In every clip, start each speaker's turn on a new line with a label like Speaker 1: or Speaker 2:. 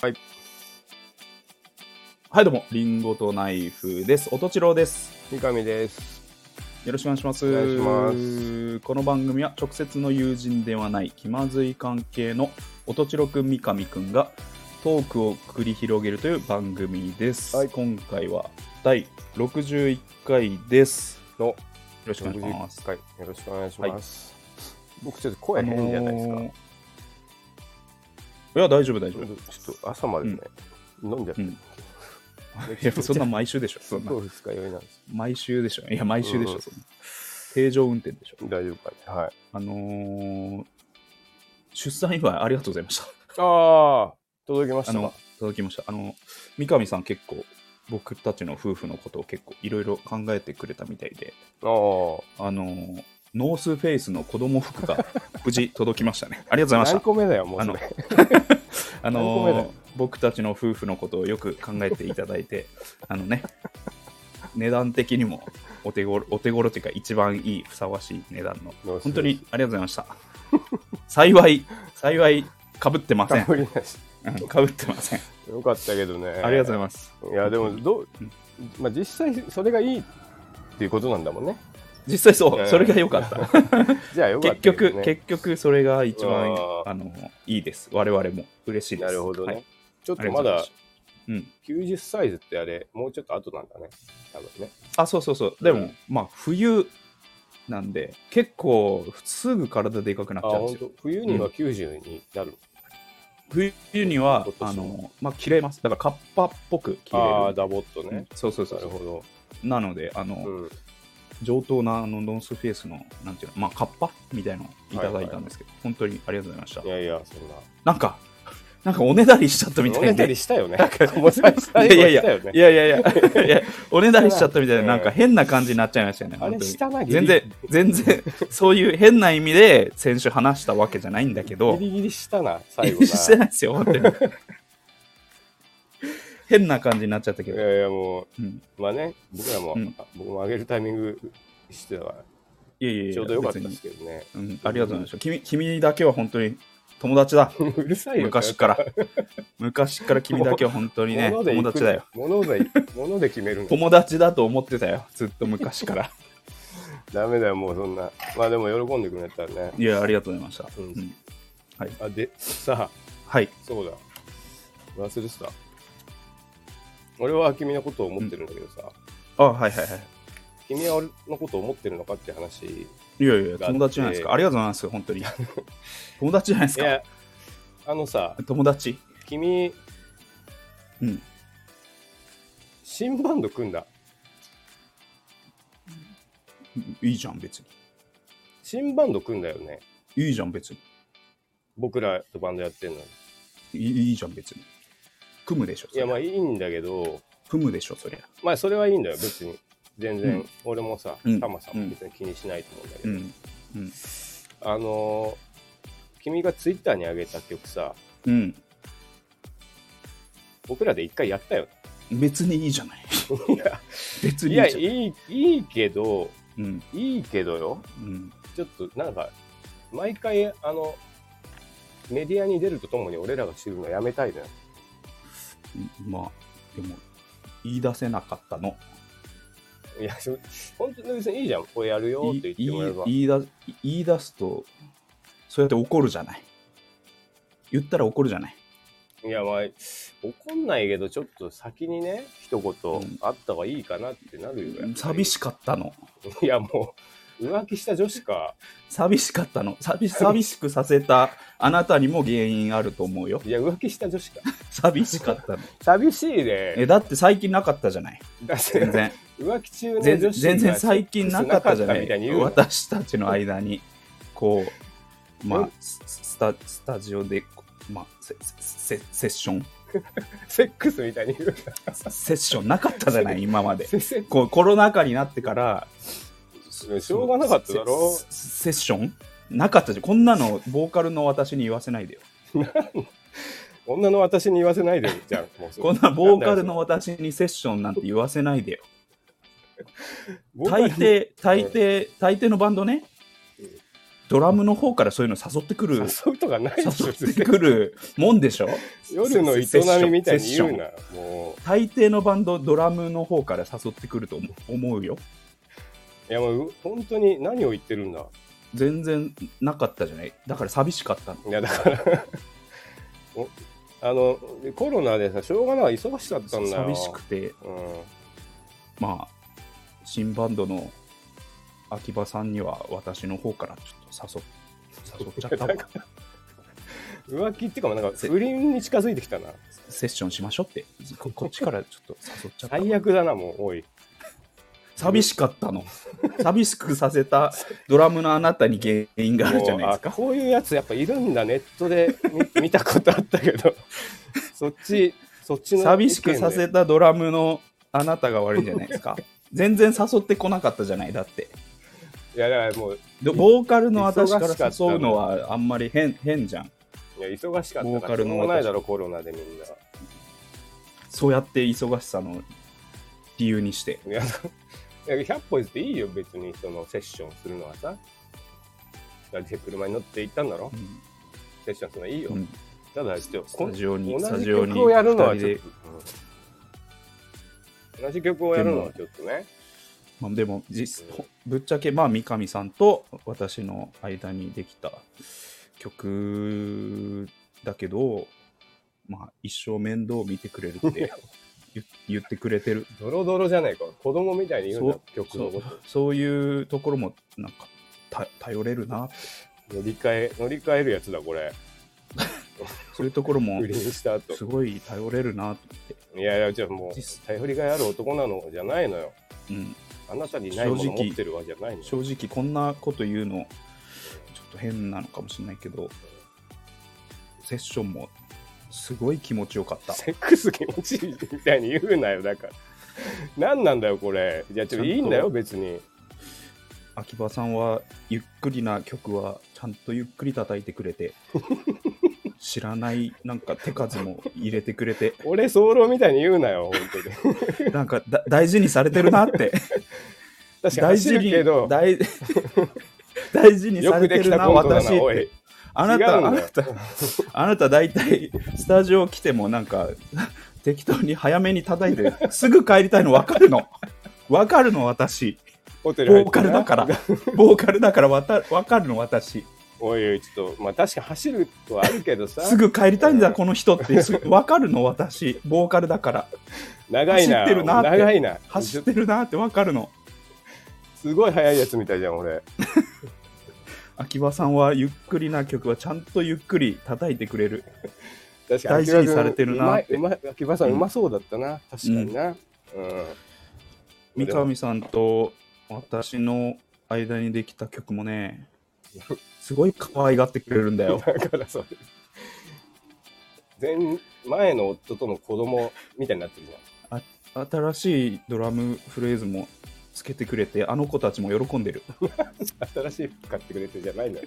Speaker 1: はい。はい、どうも、リンゴとナイフです。おとちろうです。
Speaker 2: 三上です。
Speaker 1: よろしくお願いします。
Speaker 2: お願いします
Speaker 1: この番組は直接の友人ではない気まずい関係の音千代くん三上くんがトークを繰り広げるという番組です。
Speaker 2: はい
Speaker 1: 今回は第61回です。
Speaker 2: の、よ
Speaker 1: よろしくお願いします。
Speaker 2: はい、よろしくお願いします。僕ちょっと声変じゃないですか。
Speaker 1: あのーいや、大丈夫、大丈夫。
Speaker 2: ちょっと朝までね、飲んじゃって。
Speaker 1: うんいや、そんな毎週でしょ。そんな
Speaker 2: どうですか、酔いなんです。
Speaker 1: 毎週でしょ。いや、毎週でし
Speaker 2: う
Speaker 1: ょ。
Speaker 2: ん
Speaker 1: そんな平常運転でしょ。
Speaker 2: 大丈夫かね。はい。
Speaker 1: あのー出産祝いありがとうございました。
Speaker 2: ああ、届きまし
Speaker 1: あ
Speaker 2: たか
Speaker 1: の。届きましたあの三上さん結構僕たちの夫婦のことを結構いろいろ考えてくれたみたいで
Speaker 2: あ
Speaker 1: あのノースフェイスの子供服が無事届きましたねありがとうご
Speaker 2: あ。
Speaker 1: ざい
Speaker 2: 何
Speaker 1: まし
Speaker 2: 個目だよ、もうそれ
Speaker 1: あのたあ
Speaker 2: 何個目だ
Speaker 1: の
Speaker 2: よ
Speaker 1: 僕たちの夫婦のことをよく考えていただいて あのね値段的にもお手ごろお手ごろというか一番いいふさわしい値段
Speaker 2: ノー
Speaker 1: の
Speaker 2: ス
Speaker 1: 本当にありがとうございました幸い幸いかぶって ません
Speaker 2: かぶりなし。
Speaker 1: かぶってません、
Speaker 2: よかったけどね。
Speaker 1: ありがとうございます
Speaker 2: いや、でも、どう、まあ、実際、それがいいっていうことなんだもんね。
Speaker 1: 実際そう、
Speaker 2: うん
Speaker 1: それが良か った
Speaker 2: じゃあ、よかっ
Speaker 1: 結
Speaker 2: たけどね。
Speaker 1: 局、結局それが一番
Speaker 2: あー
Speaker 1: あのいいです。我々も嬉しいです。
Speaker 2: なるほど
Speaker 1: は
Speaker 2: ね
Speaker 1: い。
Speaker 2: ちょっ
Speaker 1: あ
Speaker 2: と
Speaker 1: り
Speaker 2: ま
Speaker 1: がとうございま
Speaker 2: だ
Speaker 1: す。うん。
Speaker 2: 90サイズってあれ、もうちょっと後なんだね。多分ね。
Speaker 1: あ、そうそうそう。でも、
Speaker 2: うん
Speaker 1: まあ、冬なんで、結構、すぐ体でかくなっ
Speaker 2: あ、
Speaker 1: ちゃうん
Speaker 2: 本
Speaker 1: ですよ。
Speaker 2: 当。冬には90になるの。
Speaker 1: 冬には
Speaker 2: 今、年
Speaker 1: あの、まあ、切れます。だから、カッパっぽく切れる。
Speaker 2: ああー、ダボっと
Speaker 1: う
Speaker 2: ね
Speaker 1: ん。そうそうそ
Speaker 2: な
Speaker 1: う
Speaker 2: る
Speaker 1: そう。
Speaker 2: ほ
Speaker 1: なので、あの、
Speaker 2: ど。うん。
Speaker 1: 上等なあのノンスフェイスの、なんていうの、まあ、カッパみたいなのいただいたんですけど、本当にありがとうございました
Speaker 2: い。やいや、そんな。
Speaker 1: なんか、なんかおねだりしちゃったみたいで。
Speaker 2: 飲んだりしたよね。もう最初
Speaker 1: いやいや
Speaker 2: 最後し
Speaker 1: い
Speaker 2: た
Speaker 1: や
Speaker 2: よね
Speaker 1: いやいやいやいやおねだりしちゃったみたいななんか変な感じになっちゃいましたよね
Speaker 2: あ
Speaker 1: 本
Speaker 2: れ、
Speaker 1: 当に
Speaker 2: 下なぎ
Speaker 1: 全
Speaker 2: り。
Speaker 1: 然全然そういう変な意味で先週話したわけじゃないんだけど
Speaker 2: ギリギリしたな、最後な。
Speaker 1: してないですよ本当に変な感じになっちゃったけ
Speaker 2: い
Speaker 1: ど、
Speaker 2: やいや、もう、
Speaker 1: うん、
Speaker 2: まあね、僕らも
Speaker 1: うん、
Speaker 2: 僕も上げるタイミングしてたから、
Speaker 1: いやいやいや
Speaker 2: ちょうどよかった
Speaker 1: 別
Speaker 2: で
Speaker 1: に
Speaker 2: すけどね。
Speaker 1: うん、ありがとうございました君君だけは本当に友達だ
Speaker 2: うるさいよ。
Speaker 1: 昔から昔から君だけは本当にね
Speaker 2: 物で
Speaker 1: 友
Speaker 2: 行く
Speaker 1: 達だよ。
Speaker 2: 物で、物で決めるの。
Speaker 1: 友達だと思ってたよずっと昔 から
Speaker 2: ダメだよ、もうそんな。まあでも、喜んでくれたらね。
Speaker 1: いやありがとうございました、
Speaker 2: うん
Speaker 1: うん
Speaker 2: あ、で、さあ、
Speaker 1: はい
Speaker 2: そうだ。忘れてた。俺は君のことを思ってるんだけどさ、
Speaker 1: あはいはいはい
Speaker 2: 君は俺のことを思ってるのかって話。い
Speaker 1: いやいや、友達じゃないですか。ありがとうございます、本当 に。友達じゃないですか。
Speaker 2: や、あのさ、
Speaker 1: 友達。
Speaker 2: 君、
Speaker 1: うん。
Speaker 2: 新バンド組んだ。
Speaker 1: いいじゃん、別に。
Speaker 2: 新バンド組んだよね。
Speaker 1: いいじゃん、別に。
Speaker 2: 僕らとバンドやってんのに。
Speaker 1: いいいじゃん、別に。組むでしょ、そ
Speaker 2: い
Speaker 1: り
Speaker 2: や、
Speaker 1: ゃ
Speaker 2: まあいいんだけど、
Speaker 1: 組むでしょ、そりゃ。
Speaker 2: まあそれはいいんだよ、別に。全然、
Speaker 1: うん
Speaker 2: 俺もさ
Speaker 1: うん、
Speaker 2: タマさんも別に気にしないと思うんだけ
Speaker 1: う
Speaker 2: ど、
Speaker 1: ん。うん。
Speaker 2: あのー君がツイッターに上げた曲さ、
Speaker 1: うん。
Speaker 2: 僕らで一回や ったよ。
Speaker 1: 別にいいじゃない。
Speaker 2: いや、い
Speaker 1: 別にいい
Speaker 2: や
Speaker 1: じゃん。
Speaker 2: いい、いいけど、
Speaker 1: うん。
Speaker 2: いいけどよ、
Speaker 1: うん。
Speaker 2: ちょっとなんか、毎回、あの、メディアに出るとともに俺らが知るのやめたいのよ。
Speaker 1: まあ、でも、言い出せなかったの。
Speaker 2: いや、そ本当に別にいいじゃん、これやるよっ
Speaker 1: い
Speaker 2: て
Speaker 1: い
Speaker 2: 言ってもらえば。
Speaker 1: 言い出言い出すと、そうやって怒るじゃない。言ったら怒るじゃない。
Speaker 2: いや、まあ、怒んないけど、ちょっと先にね、一言
Speaker 1: ん
Speaker 2: あった方がいいかなってなるよ。やっぱり
Speaker 1: 寂しかったの。
Speaker 2: いや、もう、浮気した女子か。
Speaker 1: 寂しかったの寂寂しくさせたあなたにも原因あると思うよ
Speaker 2: いや、浮気した女子か。
Speaker 1: 寂しか ったの
Speaker 2: 寂しい
Speaker 1: え
Speaker 2: ね。
Speaker 1: だって最近なかったじゃない
Speaker 2: だって
Speaker 1: 全然
Speaker 2: 浮気中の
Speaker 1: 全
Speaker 2: 女
Speaker 1: 然
Speaker 2: 子
Speaker 1: 全然最近なかったじゃな
Speaker 2: みたいに
Speaker 1: い
Speaker 2: 言うの
Speaker 1: 私たちの間にこうま
Speaker 2: う
Speaker 1: あススタスタジオでまあセセセセッション
Speaker 2: セックスみたいに言う
Speaker 1: セッションなかったじ ゃない今まで
Speaker 2: な。せ
Speaker 1: こうコロナ禍になってから
Speaker 2: しょうがなかっただろ
Speaker 1: セセセッションなかったじゃんこんなのボーカルの私に言わせないでよ
Speaker 2: 女の私に言わせないでよ じゃあもうそれ
Speaker 1: こんなボーカルの私にセッションなんて言わせないでよ。
Speaker 2: ボーカル
Speaker 1: 大抵、大抵、大抵のバンドね
Speaker 2: うん、
Speaker 1: ドラムの方からそういうの誘ってくる、
Speaker 2: 誘うとかないでしょ、
Speaker 1: 誘っ
Speaker 2: 全
Speaker 1: て
Speaker 2: 然
Speaker 1: くるもんでしょ
Speaker 2: 夜の
Speaker 1: セッション
Speaker 2: 営みみたいに言う
Speaker 1: セッ
Speaker 2: な。も
Speaker 1: 大抵のバンド、ドラムの方から誘ってくると思思うよ。
Speaker 2: う、いやもう、本当に何を言ってるんだ。
Speaker 1: 全然なかったじゃないだから寂しかったの。
Speaker 2: いや、だ から、おあの、コロナでさ、しょうがない、忙しかったんだよ。
Speaker 1: 寂しくて、
Speaker 2: うん。
Speaker 1: まあ、新バンドの秋葉さんには私の方からちょっと誘っ誘っちゃ ったわ
Speaker 2: 浮気っていうかもうなんか不倫に近づいてきたな
Speaker 1: セッションしましょうってこ こっちからちょっと誘っちゃったわ
Speaker 2: 最悪だなもうおい
Speaker 1: 寂しかったの寂しくさせたドラムのあなたに原因があるじゃな
Speaker 2: も
Speaker 1: いです
Speaker 2: うあ
Speaker 1: か
Speaker 2: こういうやつやっぱいるんだネットで 見見たことあったけどそっちそっちの
Speaker 1: 寂しくさ
Speaker 2: 意見
Speaker 1: せ
Speaker 2: で
Speaker 1: たドラムのあなたが悪いんじゃないですか全然誘ってこなかったじゃないだって
Speaker 2: いやだからもう
Speaker 1: でボーカルの私か
Speaker 2: 忙しからったの
Speaker 1: 誘うのはあんまり変変じゃん
Speaker 2: いや忙しかっ
Speaker 1: ボ
Speaker 2: た
Speaker 1: ー
Speaker 2: か
Speaker 1: カ
Speaker 2: ら
Speaker 1: ル
Speaker 2: し
Speaker 1: の
Speaker 2: ょう
Speaker 1: 私
Speaker 2: がないだろコロナでみんな
Speaker 1: そうやって忙しさの理由にして
Speaker 2: いやいや100歩譲っていいよ別にそのセッションするのはさ二人で車に乗って行ったんだろ
Speaker 1: うん
Speaker 2: セッションするのはいいよ、
Speaker 1: うん
Speaker 2: ただちょっと
Speaker 1: ス
Speaker 2: こ
Speaker 1: タ
Speaker 2: ん
Speaker 1: ジオに、ス
Speaker 2: 同
Speaker 1: タ
Speaker 2: じ
Speaker 1: ジオに
Speaker 2: 曲をやるのは
Speaker 1: 2人
Speaker 2: ちょっ
Speaker 1: で
Speaker 2: と、うん同じ曲をやるのはちょっとね
Speaker 1: まあ、でも実
Speaker 2: うん
Speaker 1: ほぶっちゃけ、まあ、三上さんと私の間にできた曲だけど、まあ、一生面倒を見てくれるって言言ってくれてる
Speaker 2: ドロドロじゃないか子供みたいに言うんだ
Speaker 1: そう
Speaker 2: 曲
Speaker 1: そ
Speaker 2: の
Speaker 1: う
Speaker 2: こと
Speaker 1: そういうところもなんかた頼れるな
Speaker 2: 乗り換え乗り換えるやつだこれ
Speaker 1: そういうところも
Speaker 2: 不倫した後
Speaker 1: すごい頼れるなと思って、
Speaker 2: いやいやじゃあも
Speaker 1: 実
Speaker 2: う頼りがいある男なのじゃないのよ
Speaker 1: うん、
Speaker 2: あなたにないもの
Speaker 1: 正直
Speaker 2: 持ってるわじゃないのよ
Speaker 1: 正直こんなこと言うのちょっと変なのかもしれないけどセッションもすごい気持ちよかった。
Speaker 2: セックス気持ちいいみたいに言うなよだから何なんだよこれいやちょっといいんだ
Speaker 1: ちゃん
Speaker 2: よ
Speaker 1: と
Speaker 2: 別に
Speaker 1: 秋葉さんはゆっくりな曲はちゃんとゆっくり叩いてく れて知らないなんか手数も入れてくれて
Speaker 2: 俺早漏みたいに言うなよ本当に
Speaker 1: なんかだ大事にされてるなって
Speaker 2: 確かに
Speaker 1: 大
Speaker 2: 走
Speaker 1: 事
Speaker 2: る
Speaker 1: に
Speaker 2: けど
Speaker 1: 大大事に
Speaker 2: よ
Speaker 1: さ
Speaker 2: く
Speaker 1: れて
Speaker 2: でき
Speaker 1: る
Speaker 2: た
Speaker 1: な
Speaker 2: コントだ
Speaker 1: 私っ
Speaker 2: なおい
Speaker 1: てあなた
Speaker 2: 違う
Speaker 1: あ
Speaker 2: んだ
Speaker 1: な
Speaker 2: よ
Speaker 1: た あなた大体スタジオ来てもなんか適当に早めに叩いてすぐ帰りたいの分かるの分かるの私
Speaker 2: ホテル
Speaker 1: ボ
Speaker 2: 入っ
Speaker 1: ー
Speaker 2: て
Speaker 1: カ
Speaker 2: な
Speaker 1: ルだからボーカルだからわた分かるの私
Speaker 2: おいおいちょっとまあ確かに走るとはあるけどさ
Speaker 1: すぐ帰りたいん
Speaker 2: う
Speaker 1: だ、
Speaker 2: ん
Speaker 1: この人って。すぐ分かるの、私。ボーカル だから。
Speaker 2: 長いな
Speaker 1: 走ってるなって
Speaker 2: 長いな
Speaker 1: 走ってるなって分かるの。
Speaker 2: すごい速いやつみたいじゃん俺
Speaker 1: 秋葉さんはゆっくりな曲はちゃんとゆっくり叩いてくれる。
Speaker 2: 確か
Speaker 1: 大事にされてるなって
Speaker 2: うまいうまい秋葉さんうまそうだったな、確かになうん、
Speaker 1: 三
Speaker 2: でも
Speaker 1: 上さんと私の間にできた曲もね、すごい可愛がってくれるんだよ。
Speaker 2: だからそれ前前の夫との子供みたいになってるじゃん
Speaker 1: 新しいドラムフレーズもつけてくれて、あの子たちも喜んでる。
Speaker 2: 新しい服買ってくれてるじゃないのよ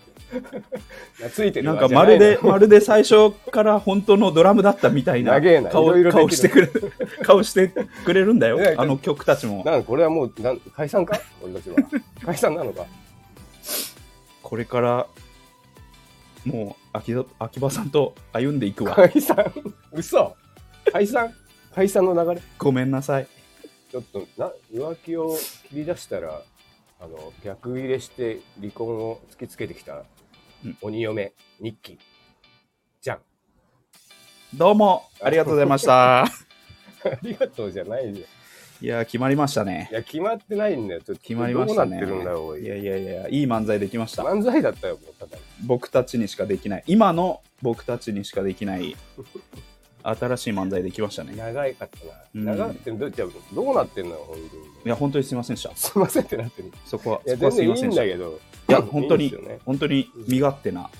Speaker 2: 懐いてる
Speaker 1: な
Speaker 2: わ
Speaker 1: んか
Speaker 2: じゃ
Speaker 1: ま
Speaker 2: な
Speaker 1: る
Speaker 2: いの
Speaker 1: で、まるで最初から本当のドラムだったみたいな
Speaker 2: 長えな
Speaker 1: 顔
Speaker 2: いろいろできる
Speaker 1: 顔してくれる、顔してくれるんだよ
Speaker 2: いやい。や
Speaker 1: あの曲たちも。
Speaker 2: なんかこれはもうなん解散か俺たちは解散なのか
Speaker 1: これからもう秋田秋葉さんと歩んでいくわ
Speaker 2: 解散嘘解散解散の流れ
Speaker 1: ごめんなさい
Speaker 2: ちょっとな浮気を切り出したらあの逆入れして離婚を突きつけてきた
Speaker 1: うん
Speaker 2: 鬼嫁日記じゃん
Speaker 1: どうもありがとうございまし た
Speaker 2: ありがとうじゃないよ
Speaker 1: いや決まりましたね
Speaker 2: いや決まってないんだよちょっと
Speaker 1: 決まりましたね
Speaker 2: どうなってるんだよおい
Speaker 1: いやいやいやいい漫才できました
Speaker 2: 漫才だったよもうただ
Speaker 1: 僕たちにしかできない今の僕たちにしかできない新しい漫才できましたね
Speaker 2: 長いかったな、
Speaker 1: うん
Speaker 2: 長くてどじゃあどうなってんのよ本当に
Speaker 1: いや本当にすいませんでした
Speaker 2: すいませんってなってる
Speaker 1: そこはい
Speaker 2: や
Speaker 1: そこ
Speaker 2: 全
Speaker 1: はすい
Speaker 2: 然
Speaker 1: ま
Speaker 2: いい
Speaker 1: せん
Speaker 2: ん
Speaker 1: で
Speaker 2: だ
Speaker 1: した
Speaker 2: けど
Speaker 1: いや本当に
Speaker 2: いいんですよね
Speaker 1: 本当に身勝手な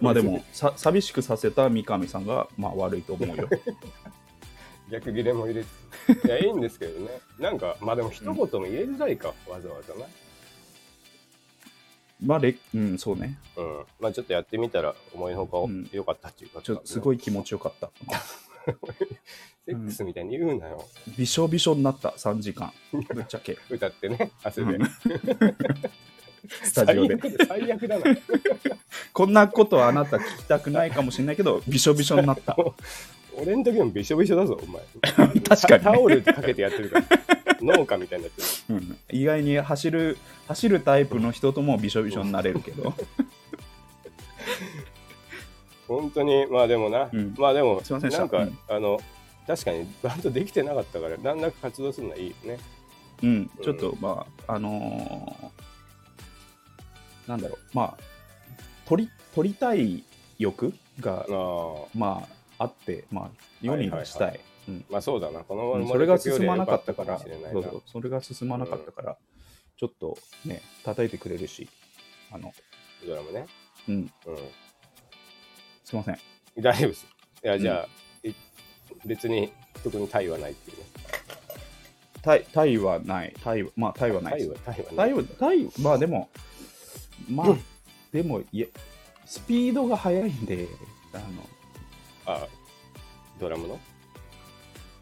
Speaker 1: まあでも さ寂しくさせた三上さんがまあ悪いと思うよ
Speaker 2: 逆切れも入れ ていやいいんですけどねなんかまあでも一言も入れづらいか、わざわざな
Speaker 1: まあれうんそうね
Speaker 2: うん、まあちょっとやってみたら思いのほ
Speaker 1: う
Speaker 2: か
Speaker 1: ん
Speaker 2: 良かったっていうか、
Speaker 1: ちょっとす
Speaker 2: い
Speaker 1: ごい気持ちよか った。
Speaker 2: セックスみたいに言うなよ、
Speaker 1: びしょびしょになった3時間。ぶっちゃけ。
Speaker 2: 歌ってね汗で、
Speaker 1: うんスタジ
Speaker 2: 最
Speaker 1: オで。
Speaker 2: 悪最悪だな。
Speaker 1: こんなことはあなた聞きたくないかもしれないけど、びしょびしょに なった。
Speaker 2: 俺の時もびしょびしょだぞ、お前。
Speaker 1: 確かにね
Speaker 2: タオルかけてやってる から。農家みたいになってる。
Speaker 1: うん意外に走る、走るタイプの人ともびしょびしょになれるけど。
Speaker 2: 本当に、まあでもな、
Speaker 1: うん
Speaker 2: まあでも、
Speaker 1: すいませんでし
Speaker 2: な
Speaker 1: た
Speaker 2: んか、
Speaker 1: うん
Speaker 2: あの、確かにバンドできてなかったから、なんなく活動するのはいいよね。
Speaker 1: うん、ちょっと、まあ、あのーなんだろう、まあ、取り、取りたい欲が、
Speaker 2: ああ、
Speaker 1: まあ、あって、まあ、世に出した
Speaker 2: はい
Speaker 1: い。うん
Speaker 2: まあそうだな、この
Speaker 1: うん
Speaker 2: ま
Speaker 1: それが進まなかったから、
Speaker 2: しれない
Speaker 1: そ
Speaker 2: な
Speaker 1: うそうそれが進まなかったから、ちょっとね、叩いてくれるし、あの、
Speaker 2: ドラムね。
Speaker 1: うん、
Speaker 2: う
Speaker 1: すいません。
Speaker 2: ん。大丈夫です。いや、じゃあ、い別に特に対はないっていうね。
Speaker 1: タイタイはない。タイは、まあ、タイはないで
Speaker 2: 対
Speaker 1: す
Speaker 2: は、。対はな
Speaker 1: タ
Speaker 2: い
Speaker 1: イ。は、タイ、まあでも、まあ、でも、いえ、スピードが速いんで、あの、
Speaker 2: あドラムの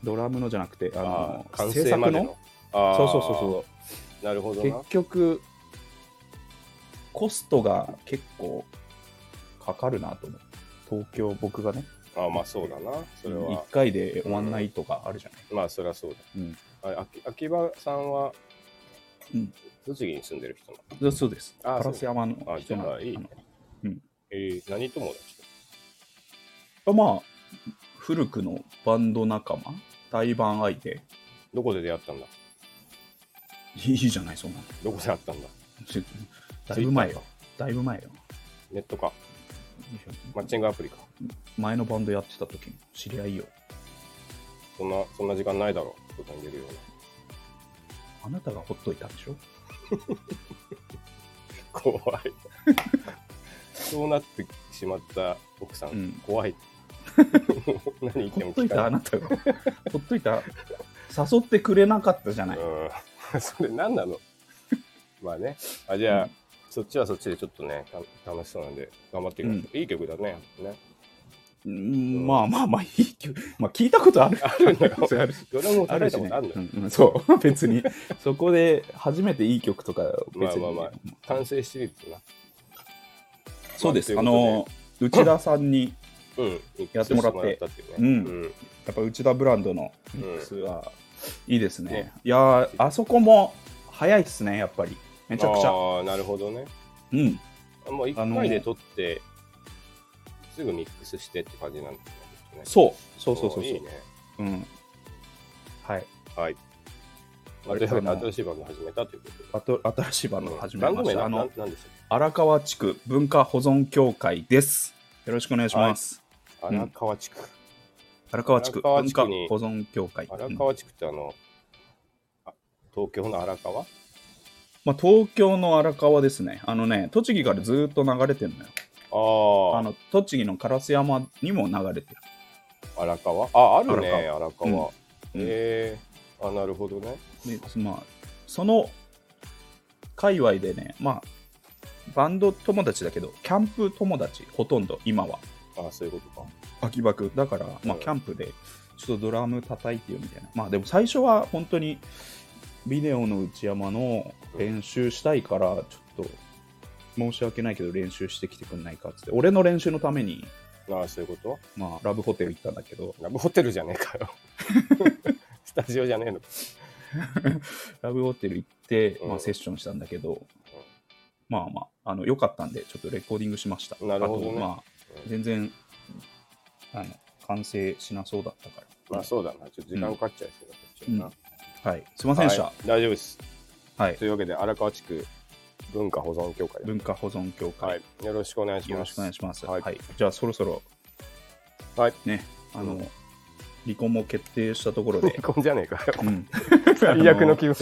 Speaker 1: ドラムのじゃなくて、あの
Speaker 2: あ、完
Speaker 1: 制
Speaker 2: 成
Speaker 1: 作
Speaker 2: まで
Speaker 1: の
Speaker 2: の。あ。
Speaker 1: そうそうそう
Speaker 2: なるほ
Speaker 1: う
Speaker 2: ど
Speaker 1: そう。
Speaker 2: な
Speaker 1: 結。局、コストが結構かかるなと思う。東京、僕がね、
Speaker 2: ああ、まあそうだな。それ
Speaker 1: 1
Speaker 2: は。
Speaker 1: 回で終わんないとかあるじゃない。
Speaker 2: まあそりゃそう
Speaker 1: うん。
Speaker 2: だ。ああき秋葉さんは
Speaker 1: うん、
Speaker 2: 栃木に住んでる人なの
Speaker 1: そうそうです。
Speaker 2: あ
Speaker 1: 烏山の
Speaker 2: あ
Speaker 1: 人な
Speaker 2: じゃ
Speaker 1: の
Speaker 2: あいい
Speaker 1: あの
Speaker 2: えー、何友達
Speaker 1: あまあ、古くのバンド仲間、対バン相手、
Speaker 2: どこで出会ったんだ
Speaker 1: いいじゃない、そんなの。
Speaker 2: どこで会ったんだ
Speaker 1: ちだいぶ前よ。だいぶ前よ。
Speaker 2: ネットか。マッチングアプリか。
Speaker 1: 前のバンドやってた時の知り合いよ。
Speaker 2: そんな、そんな時間ないだろう。外に出るような。
Speaker 1: あなたがほっといたんでしょ
Speaker 2: 怖い。そうなってしまった奥さん、
Speaker 1: うん
Speaker 2: 怖 い。何言って
Speaker 1: ほ
Speaker 2: も
Speaker 1: っと
Speaker 2: 聞
Speaker 1: いた
Speaker 2: か
Speaker 1: あ
Speaker 2: ない。
Speaker 1: なたが。 ほっといた。誘ってくれなかったじゃない。
Speaker 2: うん、 それ何なのまあね。あじゃあ、
Speaker 1: うん
Speaker 2: そっちはそっちでちょっとね、た楽しそうなんで、頑張ってください。いい曲だね。ね
Speaker 1: うんまあまあまあ、いいけどまあ聞いたことある。
Speaker 2: あるんだ よ。
Speaker 1: あるし
Speaker 2: どれも
Speaker 1: あ
Speaker 2: 叩
Speaker 1: る
Speaker 2: い
Speaker 1: した
Speaker 2: こ
Speaker 1: ね
Speaker 2: とあるのよ。
Speaker 1: うんうんそう、 別に。そこで初めていい曲とか、
Speaker 2: まあ
Speaker 1: 別に。
Speaker 2: まあまあ、完成してみるとな。
Speaker 1: そうです。
Speaker 2: ま
Speaker 1: あ
Speaker 2: といことで
Speaker 1: の、内田さんに、
Speaker 2: うん、
Speaker 1: やってもらって
Speaker 2: ていうね
Speaker 1: うん
Speaker 2: うん
Speaker 1: やっぱ内田ブランドのミックスはいいですね。いやー、あそこも早いっすね、やっぱり。めちゃくち
Speaker 2: あ
Speaker 1: ゃ。
Speaker 2: ーなるほどね。
Speaker 1: うん。
Speaker 2: もう一
Speaker 1: あの
Speaker 2: 回で撮って、すぐミックスしてって感じなんですね。
Speaker 1: そう。そうそうそうそう。
Speaker 2: いいね。
Speaker 1: うん。はい。
Speaker 2: はい。まあ、
Speaker 1: あ
Speaker 2: とい
Speaker 1: れ
Speaker 2: うわけで
Speaker 1: あの
Speaker 2: 新しいバンド始めたということで。
Speaker 1: あと新しいバンド始め
Speaker 2: バ
Speaker 1: ま
Speaker 2: ンド
Speaker 1: し
Speaker 2: 名
Speaker 1: た。
Speaker 2: な
Speaker 1: あ
Speaker 2: な
Speaker 1: の、
Speaker 2: なんでしたっ
Speaker 1: 荒川地区文化保存協会です。よろしくお願いします。
Speaker 2: け
Speaker 1: うん
Speaker 2: 荒川地区。
Speaker 1: 荒川地区
Speaker 2: 荒川
Speaker 1: 文
Speaker 2: 地
Speaker 1: 化
Speaker 2: 区
Speaker 1: 保
Speaker 2: に
Speaker 1: 存協会。
Speaker 2: 荒
Speaker 1: うん
Speaker 2: 川地区ってあの、あ東京の荒川
Speaker 1: まあ、東京の荒川ですね。あのね、栃木からずっと流れてるの
Speaker 2: あ
Speaker 1: よ。あ
Speaker 2: あ
Speaker 1: の、栃木の烏山にも流れてる。
Speaker 2: 荒川あ、あるね、荒川。
Speaker 1: 川うん
Speaker 2: えー、あ、なるほどね。
Speaker 1: でまあ、その界隈でね、まあ、バンド友達だけど、キャンプ友達、ほとんど、今は。
Speaker 2: あそういうことか。
Speaker 1: 秋葉区だから、
Speaker 2: う
Speaker 1: まあ、
Speaker 2: ん
Speaker 1: キャンプでちょっとドラム叩いてよみたいな、まあでも最初は本当にビデオの内山の練習したいからちょっと申し訳ないけど練習してきてくんないかっつって俺の練習のために、
Speaker 2: ああ、そういうこと
Speaker 1: まあ、ラブホテル行ったんだけど
Speaker 2: ラブホテルじゃねえかよ。 スタジオじゃねえの。
Speaker 1: ラブホテル行って、
Speaker 2: うん
Speaker 1: まあ、セッションしたんだけど、まあまああの良かったんでちょっとレコーディングしました
Speaker 2: なるほどね
Speaker 1: あとまあ
Speaker 2: うん
Speaker 1: 全然あの完成しなそうだったから、
Speaker 2: まあそうだな。ちょっと時間かかっちゃいそうだ、こっちはな。
Speaker 1: うんはい、すいませんでした、
Speaker 2: はい大丈夫です。
Speaker 1: はい
Speaker 2: というわけで、荒川地区文化保存協会で
Speaker 1: 文化保存協会、
Speaker 2: はい。よろしくお願いします。
Speaker 1: よろしくお願いします。
Speaker 2: は
Speaker 1: はいい、じゃあそろそろ
Speaker 2: はい。
Speaker 1: ね、あの、
Speaker 2: うん
Speaker 1: 離婚も決定したところで、
Speaker 2: 離婚じゃねえ かよ。
Speaker 1: うん、
Speaker 2: 最悪の気分。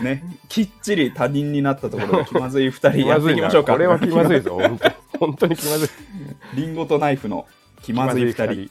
Speaker 1: ね、きっちり他人になったところで気まずい二人やっていきましょうか。
Speaker 2: これは 気まず
Speaker 1: い。
Speaker 2: いぞ。本当に本当に気まずい。
Speaker 1: リンゴとナイフの気まずい二
Speaker 2: 気まずい
Speaker 1: 人。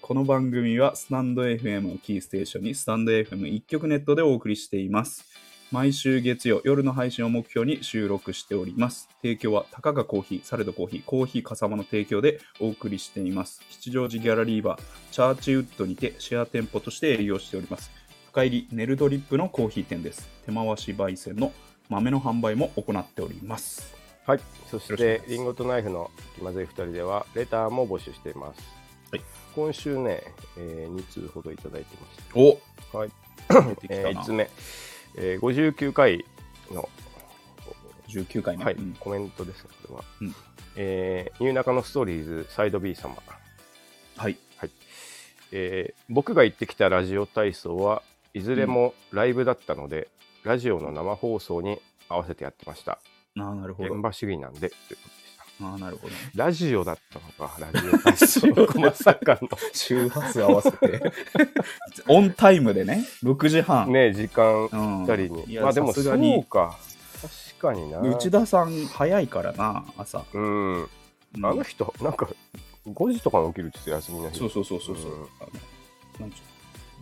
Speaker 1: この番組はスタンド FM をキーステーションにスタンド FM 一曲ネットでお送りしています。毎週月曜夜の配信を目標に収録しております。提供はたかがコーヒー、サレドコーヒー、コーヒーかさまの提供でお送りしています。吉祥寺ギャラリーバー、チャーチウッドにてシェア店舗として営業しております。深入りネルドリップのコーヒー店です。手回し焙煎の豆の販売も行っております。
Speaker 2: はい、そし
Speaker 1: よろしくお願
Speaker 2: て
Speaker 1: いします
Speaker 2: リンゴとナイフの気まずい2人ではレターも募集しています、
Speaker 1: はい
Speaker 2: 今週ね、え2通ほどいただいてまし
Speaker 1: お
Speaker 2: たはい、
Speaker 1: 出てき
Speaker 2: え
Speaker 1: た
Speaker 2: 1
Speaker 1: な
Speaker 2: つ。目、えー59回の、
Speaker 1: 19回目。
Speaker 2: はい
Speaker 1: うん
Speaker 2: コメントですねこれは、
Speaker 1: うん
Speaker 2: えーニューナカのストーリーズサイド B 様、
Speaker 1: はい。
Speaker 2: えー僕が行ってきたラジオ体操はいずれもライブだったので、ラジオの生放送に合わせてやってました
Speaker 1: あーなるほ
Speaker 2: 現
Speaker 1: ど。
Speaker 2: 場主義なんでということでした
Speaker 1: あーなるほど。
Speaker 2: ラジオだったのか、ラジオ 体操まさか
Speaker 1: 周波数合わせて。オンタイムでね、6時
Speaker 2: の
Speaker 1: 半。
Speaker 2: ね、時間
Speaker 1: う
Speaker 2: ぴ
Speaker 1: ん
Speaker 2: ったりに。
Speaker 1: いや
Speaker 2: まあでも、
Speaker 1: さ
Speaker 2: そ
Speaker 1: すがに
Speaker 2: うか。確かにな。
Speaker 1: 内田さん早いからな朝、
Speaker 2: うん。あ
Speaker 1: うん
Speaker 2: の人、なんか、5時とかに起きるって言ってたよ休みの日。
Speaker 1: そうそうそうそうそう、
Speaker 2: うん
Speaker 1: あのなんちゅう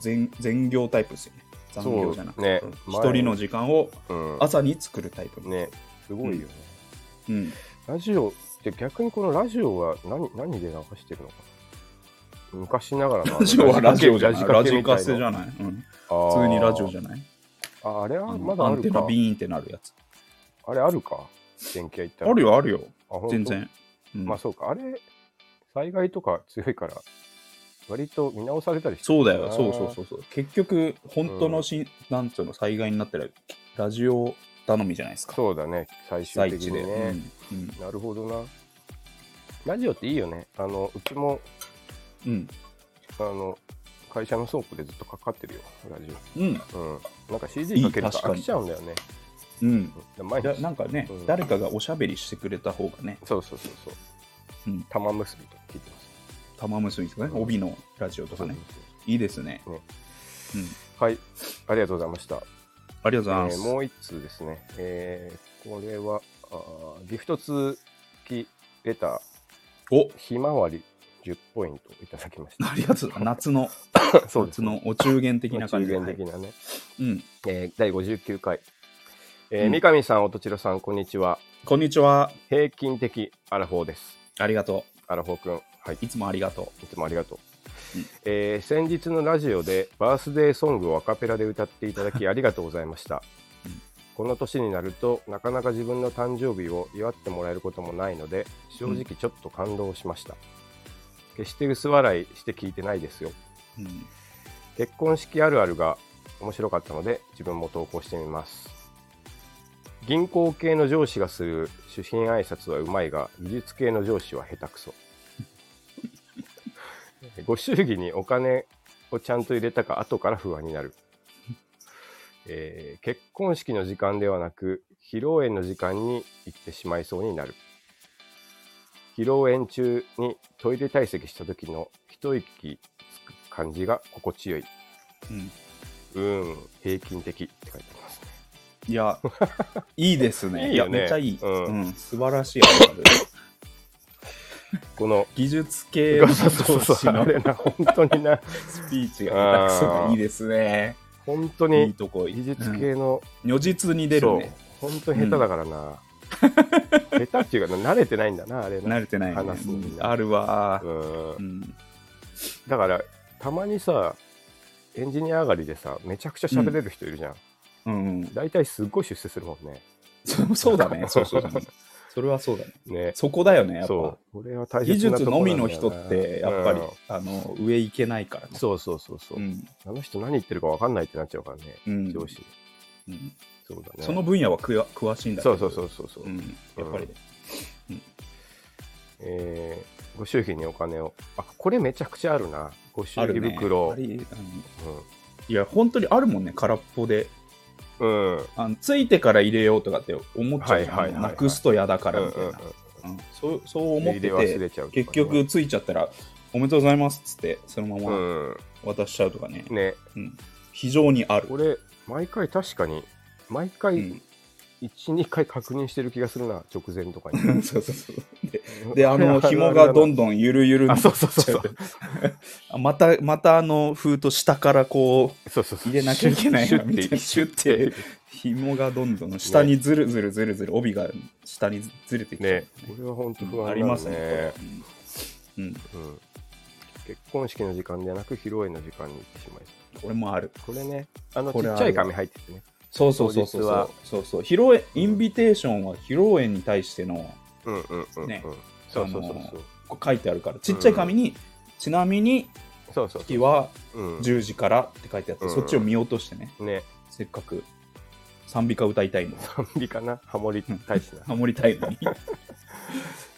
Speaker 1: 全全業タイプですよね残業じゃなくて
Speaker 2: そうね
Speaker 1: うん一、人の時間を
Speaker 2: うん。
Speaker 1: 朝に作るタイプの、
Speaker 2: ね、すごいよね。
Speaker 1: うん、
Speaker 2: ラジオって逆にこのラジオは何何で流してるのかな昔ながらのあの
Speaker 1: ラジオはラジオじゃない
Speaker 2: ラ
Speaker 1: ラ
Speaker 2: ジ
Speaker 1: ジ
Speaker 2: オ
Speaker 1: オ
Speaker 2: カ
Speaker 1: カ
Speaker 2: セ
Speaker 1: セじゃない、うん、普
Speaker 2: 普
Speaker 1: 通にラジオじ
Speaker 2: ゃ
Speaker 1: ゃない
Speaker 2: ああれは
Speaker 1: あ
Speaker 2: ま
Speaker 1: の
Speaker 2: だあ
Speaker 1: アンテ
Speaker 2: る
Speaker 1: ナ
Speaker 2: か
Speaker 1: ビーンってなるやつ
Speaker 2: あれあるか電気屋行った
Speaker 1: あ
Speaker 2: ら
Speaker 1: るよあるよ
Speaker 2: あ本当
Speaker 1: 全然、うん
Speaker 2: まあそうか、あれ、災害とか強いから、割と見直されたりして
Speaker 1: そうだよそうそうそうそう結局本当のし、ん、なんつうの災害になったらラジオ頼みじゃないですか
Speaker 2: そうだね、最終
Speaker 1: 最
Speaker 2: 的
Speaker 1: 地
Speaker 2: に
Speaker 1: で、
Speaker 2: ね。
Speaker 1: うんうん
Speaker 2: なるほどな。ラジオっていいよね。あの、うちも、
Speaker 1: うん
Speaker 2: あの、会社のソープでずっとかかってるよ、ラジ
Speaker 1: うん
Speaker 2: オ。うん。なんか CD かける
Speaker 1: いい
Speaker 2: と
Speaker 1: 確か
Speaker 2: 飽
Speaker 1: に
Speaker 2: きちゃうんだよね。
Speaker 1: うん
Speaker 2: うん毎
Speaker 1: いや
Speaker 2: 日。
Speaker 1: なんかね、
Speaker 2: うん
Speaker 1: 誰かがおしゃべりしてくれた方がね、
Speaker 2: そうそうそうそう。
Speaker 1: うん
Speaker 2: 玉結びとか聞いてます。
Speaker 1: 玉結びとかね、
Speaker 2: うん
Speaker 1: 帯のラジオとか
Speaker 2: そ
Speaker 1: ね
Speaker 2: う、そう
Speaker 1: いいですね。
Speaker 2: ね
Speaker 1: うん、
Speaker 2: そうはい、ありがとうございました。
Speaker 1: ありがとうございま
Speaker 2: えー
Speaker 1: す。
Speaker 2: もう一通ですね、えーこれはあーギフト付きレター
Speaker 1: お
Speaker 2: ひまわり10ポイントいただきまし
Speaker 1: ありがとう夏の、
Speaker 2: た そうです
Speaker 1: 夏のお中元的な感じで。
Speaker 2: 中元的なね、
Speaker 1: はいうん、
Speaker 2: えー第59回、えー
Speaker 1: うん
Speaker 2: 三上さんおとちろさんこんにちは
Speaker 1: こんにちは。
Speaker 2: 平均的アラフォーです
Speaker 1: ありがと
Speaker 2: アラフォーくんはい
Speaker 1: う。いつもありがと
Speaker 2: いつもありがとう
Speaker 1: うん。
Speaker 2: えー先日のラジオでバースデーソングをアカペラで歌っていただ きありがとうございました
Speaker 1: うん。
Speaker 2: この年になるとなかなか自分の誕生日を祝ってもらえることもないので正直ちょっと感動しました。決して薄笑いして聞いてないですよ。
Speaker 1: う。うん、
Speaker 2: 結婚式あるあるが面白かったので自分も投稿してみます銀行系の上司がする主賓挨拶はうまいが技術系の上司は下手くそご祝儀にお金をちゃんと入れたか後から不安になる、えー結婚式の時間ではなく披露宴の時間に行ってしまいそうになる披露宴中にトイレ退席した時の一息つく感じが心地よい。
Speaker 1: うん。
Speaker 2: うーん、平均的って書いてありますね。
Speaker 1: いや、いいですね。
Speaker 2: いいよね
Speaker 1: や、めっちゃいい。
Speaker 2: うん
Speaker 1: うん、素晴らしいあるある。
Speaker 2: この、
Speaker 1: 技術系の
Speaker 2: そうそうそう
Speaker 1: 雑誌
Speaker 2: あ
Speaker 1: の
Speaker 2: れな、本当にな、
Speaker 1: スピーチが下手く
Speaker 2: あ
Speaker 1: そが
Speaker 2: ー
Speaker 1: いいですね。
Speaker 2: 本当
Speaker 1: いい
Speaker 2: に
Speaker 1: とこ。
Speaker 2: 技術
Speaker 1: うん
Speaker 2: 系の、
Speaker 1: 如実に出るね。
Speaker 2: そう、本当に下手だからな。 下手っていうか、慣れてないんだな、あれな。
Speaker 1: 慣れてない、ね、
Speaker 2: 話すのに
Speaker 1: うんあるわ
Speaker 2: う、ー。
Speaker 1: うんん、
Speaker 2: だから、たまにさ、エンジニア上がりでさ、めちゃくちゃ喋れる人いるじゃん。
Speaker 1: うんうん
Speaker 2: 大体すっごい出世するもんね。
Speaker 1: そそう だねそうそうそうそれはそうだね
Speaker 2: ね。
Speaker 1: そこだよねやっぱ
Speaker 2: そう。これは大
Speaker 1: 技
Speaker 2: 切な
Speaker 1: 術
Speaker 2: と
Speaker 1: の
Speaker 2: こな
Speaker 1: み
Speaker 2: んだよな
Speaker 1: の人ってやっぱり、
Speaker 2: うん
Speaker 1: あの上行けないからね
Speaker 2: そうそうそうそう。
Speaker 1: ん
Speaker 2: あの人何言ってるか分かんないってなっちゃうからね、
Speaker 1: うん
Speaker 2: 上司。
Speaker 1: うん
Speaker 2: そうだね。
Speaker 1: その分野はくわ詳しいんだけ
Speaker 2: そ
Speaker 1: ど
Speaker 2: うそうそうそうそう、
Speaker 1: うん、やっぱりね、
Speaker 2: えーご祝儀にお金を。あ、これめちゃくちゃあるな。ご祝
Speaker 1: ある
Speaker 2: 儀
Speaker 1: ね
Speaker 2: 袋。
Speaker 1: やっぱりうんいや本当にあるもんね空っぽで
Speaker 2: うん。うん。
Speaker 1: あのついてから入れようとかって思っちゃうじゃん、
Speaker 2: はいはいはいはい
Speaker 1: なくすと嫌だからみたい
Speaker 2: うんうん
Speaker 1: な、うんそうそう思っ
Speaker 2: 入
Speaker 1: て
Speaker 2: れ忘
Speaker 1: て
Speaker 2: れちゃうとかね、
Speaker 1: 結局ついちゃったら「おめでとうございます」っつってそのまま
Speaker 2: う
Speaker 1: 渡しちゃうとかね、
Speaker 2: ん。ね、
Speaker 1: うん非常にある
Speaker 2: これ、毎回確かに、毎
Speaker 1: う
Speaker 2: 回
Speaker 1: ん
Speaker 2: 1、2回確認してる気がするな、直前とかに。
Speaker 1: そうそうそう。で、 で あの、紐がどん
Speaker 2: ど
Speaker 1: どんゆるゆるになっちゃ
Speaker 2: あそうそう そう
Speaker 1: あまた、またあの、封筒下からこう、
Speaker 2: んそうそうそう
Speaker 1: 入れなきゃいけない
Speaker 2: シュ
Speaker 1: な
Speaker 2: ッ
Speaker 1: みたいな。シュッて、紐がどんどん下にずるずるずるずる、帯が下にずれてきて、
Speaker 2: ね、これは本当不安だ、ね、
Speaker 1: ありますね。これうん、うん
Speaker 2: うん。結婚式の時間ではなく、披露宴の時間に行ってしまいそう
Speaker 1: これもある。
Speaker 2: これね、あの、ち
Speaker 1: これ
Speaker 2: っ
Speaker 1: ある
Speaker 2: ちゃい紙入っててね。
Speaker 1: そうそうそうそう
Speaker 2: 当日
Speaker 1: そう
Speaker 2: は
Speaker 1: そうそう。披露宴、インビテーションは披露宴に対しての、
Speaker 2: うんうんうんうん。
Speaker 1: ね
Speaker 2: そうそうそう
Speaker 1: あ
Speaker 2: そう。
Speaker 1: こう書いてあるから、ちっちゃい紙に、ちなみに、
Speaker 2: そうそう
Speaker 1: 式は
Speaker 2: そう。うん
Speaker 1: 10時からって書いてあって、
Speaker 2: うん
Speaker 1: そっちを見落としてね、
Speaker 2: ね、
Speaker 1: せっかく賛美歌歌いたい のに、
Speaker 2: 賛美かなハモリ大使な。
Speaker 1: 守りたいのに。
Speaker 2: にね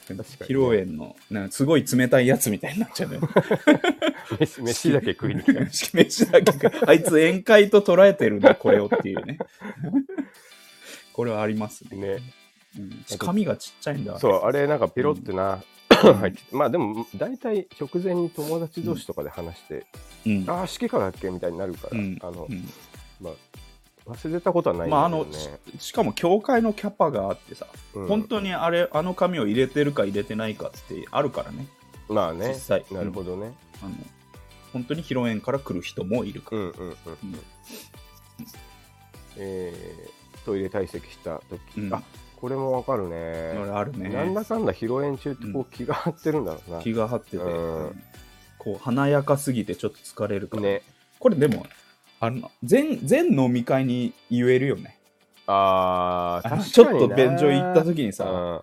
Speaker 1: 披露宴の、なんかすごい冷たいやつみたいになっちゃうね。
Speaker 2: 飯飯だけ食いに来た。
Speaker 1: 飯だけ食うあいつ宴会と捉えてるな、これをってい うね。これはありますね。
Speaker 2: ね。
Speaker 1: うん、紙がちっちゃいんだ。
Speaker 2: そう、あれなんかピロってな、入ってまあでも、大体直前に友達同士とかで話して、
Speaker 1: うん。
Speaker 2: ああ、式からだっけみたいになるから、
Speaker 1: うん
Speaker 2: あの
Speaker 1: う、ん
Speaker 2: まあ、忘れたことはないん
Speaker 1: まあ、あ
Speaker 2: だ
Speaker 1: の
Speaker 2: けどね。、
Speaker 1: ししかも、教会のキャパがあってさ、
Speaker 2: うん
Speaker 1: 本当にあれ、あの紙を入れてるか入れてないかっつってあるからね、
Speaker 2: まあね
Speaker 1: 実、際。
Speaker 2: なるほどね。
Speaker 1: あの本当に披露宴から来る人もいるか
Speaker 2: う
Speaker 1: ら。
Speaker 2: んうんうん
Speaker 1: うん
Speaker 2: えートイレ退席した時、
Speaker 1: うん
Speaker 2: あこれもわかるね
Speaker 1: あれあるね。
Speaker 2: なんだかんだ披露宴中ってこう気が張ってるんだろうな、
Speaker 1: 気が張ってて、
Speaker 2: うん
Speaker 1: こう華やかすぎてちょっと疲れるから、
Speaker 2: ね
Speaker 1: これでもあの全全飲み会に言えるよね
Speaker 2: あ
Speaker 1: あ
Speaker 2: あ
Speaker 1: のちょっと便所行った時に
Speaker 2: さ、うん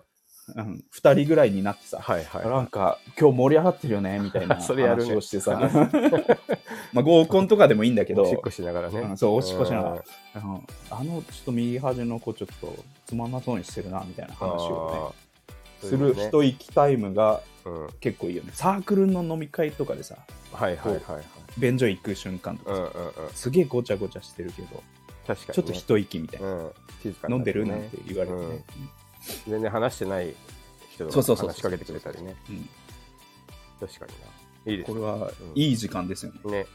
Speaker 1: さ、うん、2人ぐらいになってさ、
Speaker 2: はいは
Speaker 1: なんか今日盛り上がってるよねみたい な
Speaker 2: それやるね
Speaker 1: 話をしてさ、まあ合コンとかでもいいんだ
Speaker 2: い
Speaker 1: けど
Speaker 2: おしっこしながらね、
Speaker 1: うんそうおしっこしながら
Speaker 2: うん
Speaker 1: あのあのちょっと右端の子ちょっとつまんなそうにしてるなみたいな話
Speaker 2: あ
Speaker 1: を
Speaker 2: ー
Speaker 1: ねする
Speaker 2: そういう
Speaker 1: 一息タイムが
Speaker 2: のね
Speaker 1: 結構いいよねサークルの飲み会とかでさ
Speaker 2: うん、はいはいはいはい
Speaker 1: 便所行く瞬間と
Speaker 2: う
Speaker 1: か
Speaker 2: ん
Speaker 1: さ、
Speaker 2: うんうん
Speaker 1: すげえごちゃごちゃしてるけど、
Speaker 2: 確かにね、
Speaker 1: ちょっと一息みたいな、
Speaker 2: うん、静かに
Speaker 1: 飲
Speaker 2: な
Speaker 1: んで
Speaker 2: って
Speaker 1: る
Speaker 2: ね
Speaker 1: なんて言われてね、
Speaker 2: 全然話してない人
Speaker 1: そ
Speaker 2: が
Speaker 1: うそうそうそう
Speaker 2: 話しかけてくれたりね
Speaker 1: うん
Speaker 2: 確かにないいです
Speaker 1: こ
Speaker 2: ね
Speaker 1: れはいい時間ですよね、
Speaker 2: ね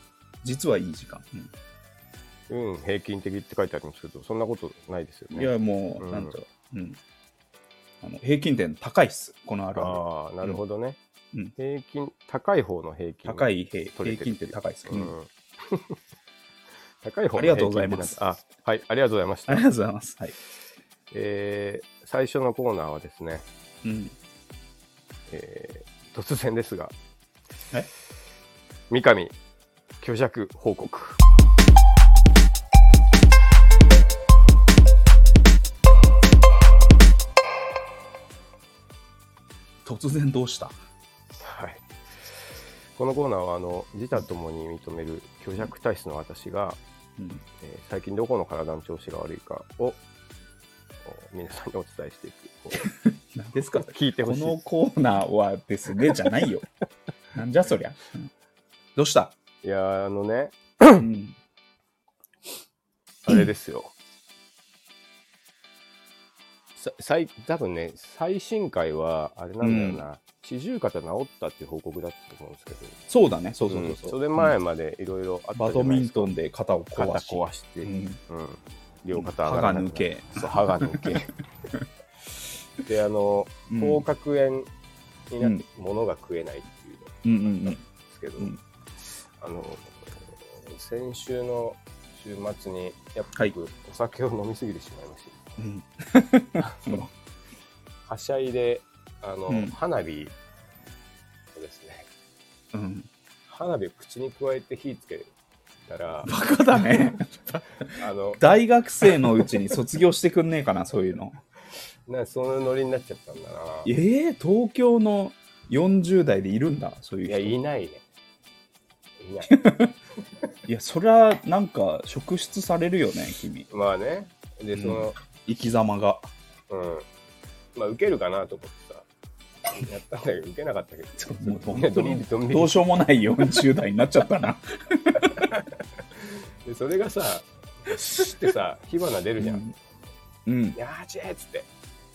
Speaker 1: 実はいい時間、うん
Speaker 2: うん、平均的って書いてありますけど、そんなことないですよね。
Speaker 1: いやも
Speaker 2: う
Speaker 1: うんなんと、うんあの平均点高いっすこのある
Speaker 2: あ
Speaker 1: あ
Speaker 2: あ、なるほどね。
Speaker 1: うん
Speaker 2: 平均、高い方の平均。
Speaker 1: る高い平
Speaker 2: 取れ
Speaker 1: 平
Speaker 2: てる
Speaker 1: 均点高いっす、
Speaker 2: う
Speaker 1: うん
Speaker 2: ん。高い方の平均
Speaker 1: ありがとうございます
Speaker 2: ってなんだあ、はい、ありがとうございまし
Speaker 1: あ
Speaker 2: た
Speaker 1: り。がとうございますはい、
Speaker 2: えー最初のコーナーはですね、
Speaker 1: うん、
Speaker 2: えー突然ですが
Speaker 1: え、
Speaker 2: 三上、虚弱報告。
Speaker 1: 突然どうした
Speaker 2: はい。このコーナーは、あの、自他ともに認める虚弱体質の私が、
Speaker 1: うん
Speaker 2: えー最近どこの体の調子が悪いかをお皆さんにお伝えしていくこう
Speaker 1: 何ですか
Speaker 2: 聞いてほ
Speaker 1: こ
Speaker 2: しい
Speaker 1: のコーナーはですねじゃない よなんじゃそりゃ、うんどうした、
Speaker 2: いやーあのね
Speaker 1: うん
Speaker 2: あれですよさ最多分ね最新回はあれなんだよな、四十肩治ったっていう報告だったと思うんですけど
Speaker 1: そうだねそうそうそう
Speaker 2: う
Speaker 1: そ
Speaker 2: ん
Speaker 1: う、
Speaker 2: それ前までいろいろあっ
Speaker 1: バ
Speaker 2: たじ
Speaker 1: ド
Speaker 2: ゃな
Speaker 1: ミ
Speaker 2: いで
Speaker 1: ン
Speaker 2: すか
Speaker 1: トンで肩を壊
Speaker 2: 肩
Speaker 1: し
Speaker 2: 壊して、
Speaker 1: うん
Speaker 2: うん両肩上
Speaker 1: 歯
Speaker 2: がらな
Speaker 1: が
Speaker 2: くな
Speaker 1: 抜け、
Speaker 2: そう歯が抜けであの
Speaker 1: うん
Speaker 2: 口角炎になって物が食えないっていうの
Speaker 1: うんうん
Speaker 2: ですけど、
Speaker 1: うん
Speaker 2: あの先週の週末にやっぱ
Speaker 1: はい
Speaker 2: 僕お酒を飲みすぎてしまいました、
Speaker 1: うん
Speaker 2: はしゃいであの、
Speaker 1: うん
Speaker 2: 花火をですね
Speaker 1: うん、
Speaker 2: 花火を口に加えて火つけたら
Speaker 1: バカだね
Speaker 2: あの
Speaker 1: 大学生のうちに卒業してくんねえかなそういうの
Speaker 2: なそのノリになっちゃったんだな
Speaker 1: ええ東京の40代でいるんだそういう
Speaker 2: い
Speaker 1: 人
Speaker 2: や
Speaker 1: い
Speaker 2: いないねいない
Speaker 1: やそりゃなんか職質されるよね君
Speaker 2: まあねでその、
Speaker 1: 生き様が
Speaker 2: うんまあ受けるかなと思ってさやったんだけど受けなかったけど
Speaker 1: もう
Speaker 2: いや
Speaker 1: 本当
Speaker 2: ドン引
Speaker 1: に
Speaker 2: きドン引き
Speaker 1: どうしようもない40代になっちゃったな
Speaker 2: でそれがさシュッてさ火花出るじゃん、
Speaker 1: うん
Speaker 2: やーちえっつって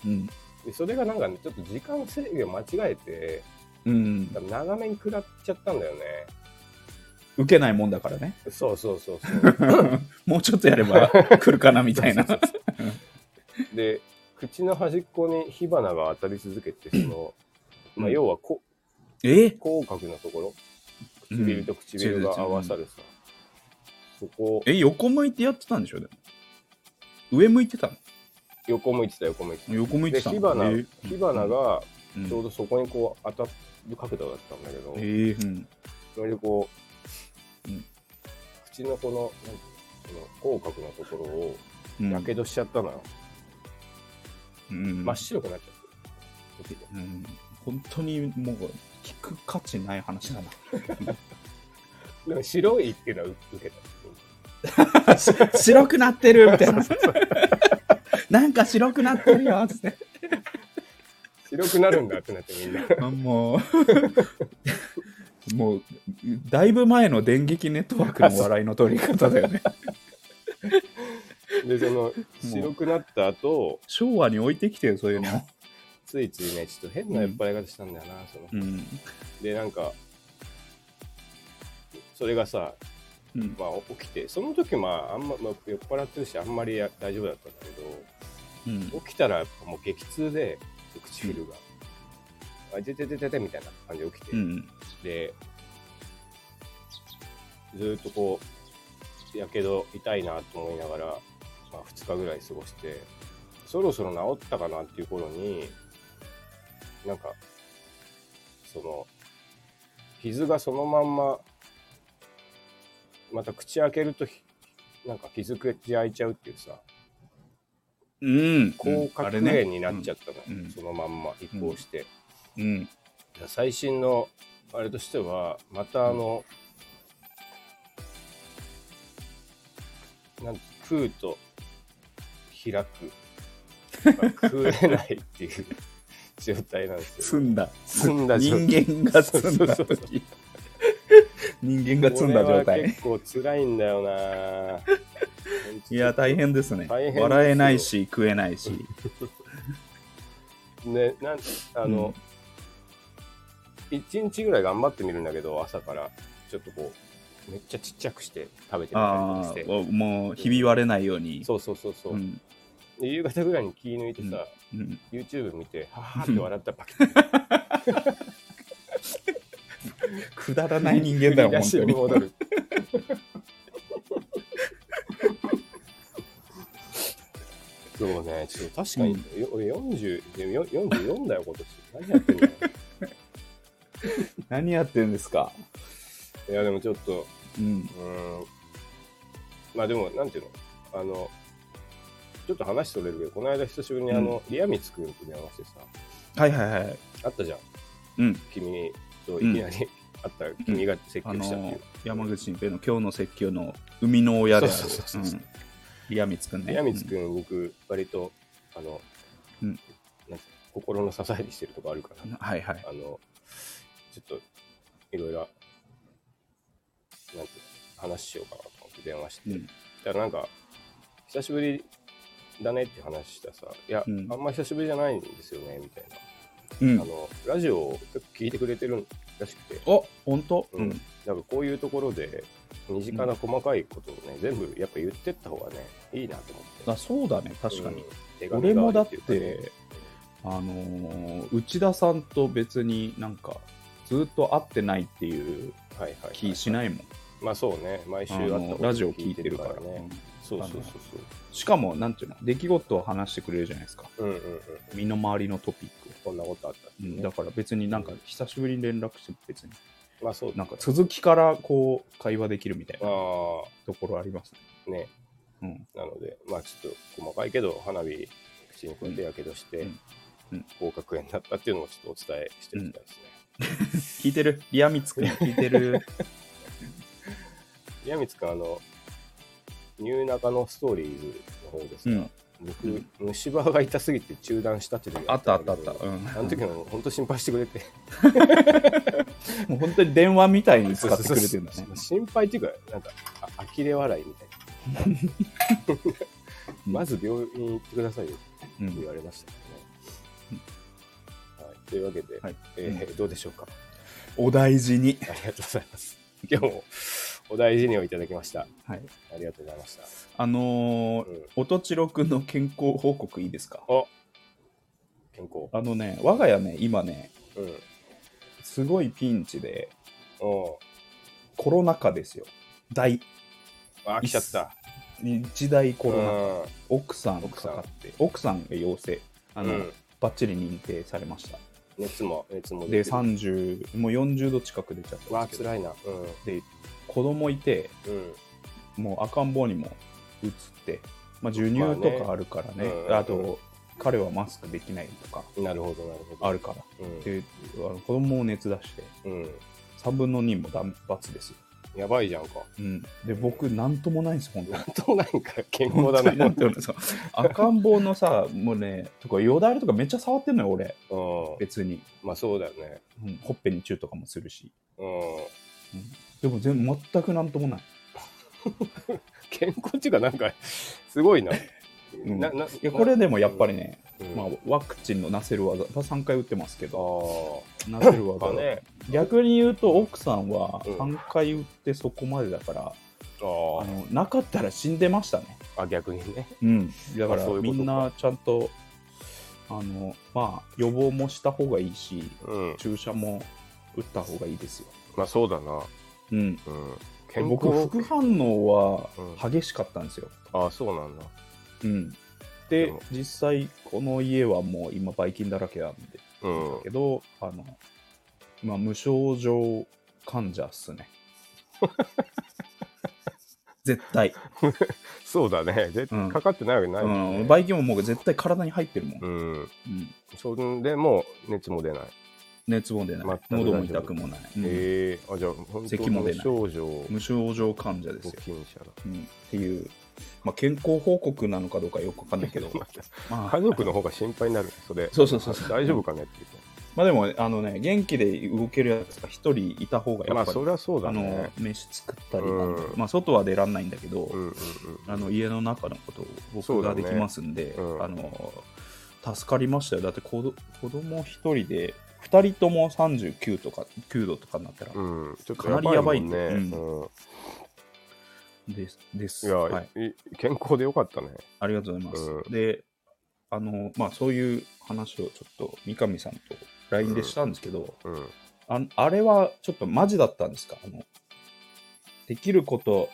Speaker 1: うん
Speaker 2: でそれがなんかねちょっと時間制限間違えて
Speaker 1: うん
Speaker 2: 多分長めに食らっちゃったんだよね
Speaker 1: 受けないもんだからね
Speaker 2: そうそうそうそう
Speaker 1: もうちょっとやれば来るかなみたいな
Speaker 2: で、口の端っこに火花が当たり続けて、その、まあ、要はこ、
Speaker 1: え
Speaker 2: 口角のところ、唇と唇が合わさるさ、そこを
Speaker 1: え、横向いてやってたんでしょでも上向いてたの
Speaker 2: 横向いてた、横向いて
Speaker 1: 横向い
Speaker 2: た。で、
Speaker 1: てたの
Speaker 2: 火花、
Speaker 1: えー
Speaker 2: 火花が
Speaker 1: うん
Speaker 2: ちょうどそこにこう当たる角度だったんだけど、
Speaker 1: ええうん。
Speaker 2: それでこう、
Speaker 1: うん
Speaker 2: 口のこの、なんていうのこの口角のところを、
Speaker 1: うん
Speaker 2: やけどしちゃったのよ。
Speaker 1: うん
Speaker 2: 真っ白くなっちゃって。
Speaker 1: うん本当にもう聞く価値ない 話だ
Speaker 2: でも白いっていうのは受けた。
Speaker 1: なし 白くなってるみたいな なんか白くなってるよつって
Speaker 2: 白くなるんだってなってみんな。
Speaker 1: あもう もうだいぶ前の電撃ネットワークの笑いの取り方だよ ね
Speaker 2: で、その、白くなった後、
Speaker 1: 昭和に置いてきてよそういうの、
Speaker 2: ついついね、ちょっと変な酔っ払い方したんだよな、その。
Speaker 1: うん
Speaker 2: で、なんか、それがさ、
Speaker 1: うん、
Speaker 2: まあ、起きて、その時まあ、あんま、まあ、酔っ払ってるし、あんまりや大丈夫だったんだけ
Speaker 1: うん
Speaker 2: ど、起きたら、もう激痛で、唇が、あ、出て出て出てみたいな感じで起きて、
Speaker 1: うん
Speaker 2: で、ずーっとこう、やけど痛いなと思いながら、まあ、2日ぐらい過ごして、そろそろ治ったかなっていう頃に、なんか、その、傷がそのまんま、また口開けるとひ、なんか傷口開いちゃうっていうさ、
Speaker 1: うん、
Speaker 2: 口
Speaker 1: あ
Speaker 2: 角
Speaker 1: れ
Speaker 2: 炎
Speaker 1: ね
Speaker 2: になっちゃったの、
Speaker 1: うんうん
Speaker 2: そのまんま移行して。
Speaker 1: うん
Speaker 2: 最新のあれとしてはまたあの、なん食うと開く食えない っていう状態なんです
Speaker 1: 積
Speaker 2: よ、
Speaker 1: んだ
Speaker 2: 積んだ状態
Speaker 1: 人間が積んだ
Speaker 2: そうそうそう
Speaker 1: 時人間が積んだ
Speaker 2: こ
Speaker 1: 状
Speaker 2: れ
Speaker 1: 態
Speaker 2: は結構辛いんだよな本当
Speaker 1: いや、大変ですね。
Speaker 2: 大変ですよ
Speaker 1: 笑えないし、食えないし。
Speaker 2: ねなんあの、一日ぐらい頑張ってみるんだけど朝からちょっとこうめっちゃちっちゃくして食べてみたりとか
Speaker 1: あ
Speaker 2: し
Speaker 1: あ
Speaker 2: て、
Speaker 1: もう、ひび割れないように。
Speaker 2: そうそうそうそう、
Speaker 1: うん
Speaker 2: で夕方ぐらいに気抜いてさ、
Speaker 1: うん
Speaker 2: YouTube 見 て、ははって笑ったらパキッと
Speaker 1: くだらない人間だよ、
Speaker 2: 振り出
Speaker 1: 本
Speaker 2: し
Speaker 1: 当
Speaker 2: に
Speaker 1: に。
Speaker 2: 戻 る。そうね、ちょっと確かに、よ俺40でもよ44だよ、今年。何やって んの
Speaker 1: 何やってんですか。
Speaker 2: いや、でもちょっと、
Speaker 1: うん。
Speaker 2: うーん、まあでも、なんていうの、あの、ちょっと話それるけど、この間久しぶりにあの、リアミツ君と電話してさ、
Speaker 1: はいはいはい。
Speaker 2: あったじゃん、
Speaker 1: うん。
Speaker 2: 君といきなり 会った、君が説
Speaker 1: あ
Speaker 2: 教したっていう。
Speaker 1: の、山口新平の今日の説教の生みの親である
Speaker 2: そうそうそう。
Speaker 1: う
Speaker 2: そうん
Speaker 1: リアミツくんね。
Speaker 2: 宮光くん、僕、割と、あの、
Speaker 1: うん
Speaker 2: なんていうの心の支えにしてるとこあるから、
Speaker 1: うんはいはい。
Speaker 2: あの、ちょっと、いろいろ、なんていうの話しようかなと思って電話して、
Speaker 1: う
Speaker 2: だ
Speaker 1: ん
Speaker 2: からなんか、久しぶりだねって話したさ、いや、
Speaker 1: うん
Speaker 2: あんま久しぶりじゃないんですよね、みたいな。
Speaker 1: うん
Speaker 2: あ。の、ラジオを結構聞いてくれてるらしくて、
Speaker 1: お、本当
Speaker 2: うん。なんかこういうところで、身近な細かいことをね、全部やっぱ言ってった方がね、いいなと思って。
Speaker 1: あそうだね、確か
Speaker 2: う
Speaker 1: に
Speaker 2: ん。手紙
Speaker 1: 俺も
Speaker 2: 代
Speaker 1: だ
Speaker 2: わ
Speaker 1: っ
Speaker 2: りいうかね
Speaker 1: て、あのー内田さんと別になんか、ずっと会ってないっていう
Speaker 2: はいはいはい、
Speaker 1: 気しないもん。
Speaker 2: まあそうね毎週
Speaker 1: あ
Speaker 2: あった
Speaker 1: の
Speaker 2: こと
Speaker 1: ラジオ聞いてるから
Speaker 2: 聞いね
Speaker 1: ね、
Speaker 2: そうそうそうそう
Speaker 1: しかもなんていうの出来事を話してくれるじゃないですか
Speaker 2: うんうんうん
Speaker 1: 身の回りのトピック、
Speaker 2: こんなことあったって
Speaker 1: う
Speaker 2: い
Speaker 1: ん
Speaker 2: うね
Speaker 1: だから別になんか久しぶりに連絡して別に
Speaker 2: まあそう
Speaker 1: なんか続きからこう会話できるみたい
Speaker 2: あ
Speaker 1: なところあります
Speaker 2: あね
Speaker 1: ね
Speaker 2: なのでまあちょっと細かいけど花火口にこうやってやけどして、
Speaker 1: うんうん
Speaker 2: 合格になったっていうのをちょっとお伝えしていきたいですね、
Speaker 1: うん、聞いてるリア ミツくん聞いてる
Speaker 2: 宮光君あのニューナカのストーリーズの方ですが、
Speaker 1: うん
Speaker 2: 僕、
Speaker 1: うん
Speaker 2: 虫歯が痛すぎて中断したっていう時が
Speaker 1: あったあっ
Speaker 2: ん
Speaker 1: たあ
Speaker 2: だけ
Speaker 1: った、
Speaker 2: ど
Speaker 1: うん、
Speaker 2: あの時も本当心配してくれて
Speaker 1: もう本当に電話みたいに使ってくれてるんだ
Speaker 2: そう
Speaker 1: ね
Speaker 2: そうそう心配っていうか、なんか、あ呆れ笑いみたい な。まず病院行ってくださいよって
Speaker 1: うん
Speaker 2: 言われましたからね。はい、というわけで、
Speaker 1: はい
Speaker 2: えーどうでしょうか。
Speaker 1: お大事に
Speaker 2: ありがとうございます。今日もお大事にをいただきました。
Speaker 1: はい。
Speaker 2: ありがとうございました。
Speaker 1: あのー
Speaker 2: うん、
Speaker 1: 音千代くんの健康報告いいですか
Speaker 2: 健康。
Speaker 1: あのね、我が家ね、今ね、
Speaker 2: うん。
Speaker 1: すごいピンチで、
Speaker 2: お
Speaker 1: コロナ禍ですよ。大、
Speaker 2: あ、来ちゃった。
Speaker 1: 一大コロナ禍。
Speaker 2: うん
Speaker 1: 奥さんかかって、奥さんが陽性。あの、
Speaker 2: うん
Speaker 1: バッチリ認定されました。
Speaker 2: 熱も、熱も
Speaker 1: で、
Speaker 2: 出てる。
Speaker 1: 30、もう40度近く出ちゃった
Speaker 2: わ
Speaker 1: ん
Speaker 2: あ、
Speaker 1: ですけ
Speaker 2: つ
Speaker 1: ど、
Speaker 2: らいな。うん。
Speaker 1: 子供いて、
Speaker 2: うん。
Speaker 1: もう赤ん坊にも移って、まあ、授乳とかあるから
Speaker 2: ま
Speaker 1: ね、
Speaker 2: あね
Speaker 1: あと、彼はマスクできないとか
Speaker 2: なるほど、なるほど。
Speaker 1: あるから。
Speaker 2: うん。
Speaker 1: で、あの子供も熱出して、
Speaker 2: うん。
Speaker 1: 3分の2も断髪ですよ。
Speaker 2: やばいじゃんか。
Speaker 1: うん、で、僕、なんともないんです、本当に。
Speaker 2: なんともないんか、健康
Speaker 1: 本
Speaker 2: だ
Speaker 1: 当に
Speaker 2: な。う
Speaker 1: な
Speaker 2: ん
Speaker 1: ともないそう赤ん坊のさ、もうね、とか、よだれとかめっちゃ触ってんのよ、俺、
Speaker 2: ん。
Speaker 1: 別に。
Speaker 2: まあ、そうだよね。
Speaker 1: うん、ほっぺにチューとかもするし。
Speaker 2: うん。
Speaker 1: うん、でも全、全くなんともない。
Speaker 2: 健康っていうか、なんか、すごいな。
Speaker 1: ん
Speaker 2: なない
Speaker 1: やこれでもやっぱり、ね、
Speaker 2: うん
Speaker 1: まあ、ワクチンのなせる技、まあ、3回打ってますけ
Speaker 2: あ
Speaker 1: ど、
Speaker 2: ー
Speaker 1: なせる技
Speaker 2: あ、ね、
Speaker 1: 逆に言うと奥さんは
Speaker 2: うん
Speaker 1: 3回打ってそこまでだから、
Speaker 2: あ
Speaker 1: あ
Speaker 2: ー
Speaker 1: のなかったら死んでましたね、
Speaker 2: あ、逆にね。
Speaker 1: うん、だから
Speaker 2: あそういうことか
Speaker 1: みんなちゃんとあの、まあ、予防もした方がいいし
Speaker 2: うん。
Speaker 1: 注射も打った方がいいですよ、
Speaker 2: まあ、そうだな。
Speaker 1: うん、
Speaker 2: うん。
Speaker 1: で
Speaker 2: 健
Speaker 1: 僕
Speaker 2: 康。
Speaker 1: 副反応
Speaker 2: う
Speaker 1: は激しかったんですよ、
Speaker 2: ああ、そうなんだ。
Speaker 1: うん、
Speaker 2: で
Speaker 1: で
Speaker 2: も
Speaker 1: 実際この家はもう今ばい菌だらけなんで
Speaker 2: うん
Speaker 1: だ。けど、あのまあ無症状患者っ すね絶対
Speaker 2: そうだね。絶
Speaker 1: うん
Speaker 2: 対かかってないわけないもんね、
Speaker 1: うん、バイキンももう絶対体に入ってるもん。
Speaker 2: うん。
Speaker 1: うん、
Speaker 2: そんでもう熱も出ない。
Speaker 1: 熱も出ない。
Speaker 2: 全く大丈夫
Speaker 1: 喉も痛くもない。うん
Speaker 2: ええあ、じゃあ、本当
Speaker 1: 咳
Speaker 2: に
Speaker 1: も出
Speaker 2: 無
Speaker 1: ない
Speaker 2: 症状保
Speaker 1: 無症状患者ですよ。
Speaker 2: 菌者だ。
Speaker 1: うん、っていう、まあ、健康報告なのかどうかよくわかんな いけど、まあ
Speaker 2: 家、族の方が心配になるね、それ。
Speaker 1: そうそうそうそう
Speaker 2: 大丈夫かねっていうね
Speaker 1: まあでも、あのね、元気で動けるやつが一人いた方が
Speaker 2: ま
Speaker 1: やっ
Speaker 2: あ、
Speaker 1: ぱり、
Speaker 2: そりゃそうだ
Speaker 1: あの
Speaker 2: ね。
Speaker 1: 飯作ったり、
Speaker 2: うん
Speaker 1: まあ、外は出らんないんだけど、
Speaker 2: うんうんうん。
Speaker 1: あの家の中のことを
Speaker 2: そ
Speaker 1: 僕
Speaker 2: うだ
Speaker 1: が
Speaker 2: ね
Speaker 1: できますんで、
Speaker 2: うん
Speaker 1: あの助かりましたよだって子ど子供一人で2人とも39とか9度とかになったら、
Speaker 2: うん、ちょっと
Speaker 1: かなりやばいね
Speaker 2: やばいもんね。
Speaker 1: う
Speaker 2: うん
Speaker 1: ですです
Speaker 2: いや、
Speaker 1: はい、
Speaker 2: い健康でよかったね。
Speaker 1: ありがとうございます、
Speaker 2: うん
Speaker 1: であのまあそういう話をちょっと三上さんと LINE でしたんですけど、
Speaker 2: うん。
Speaker 1: ああれはちょっとマジだったんですかあのできること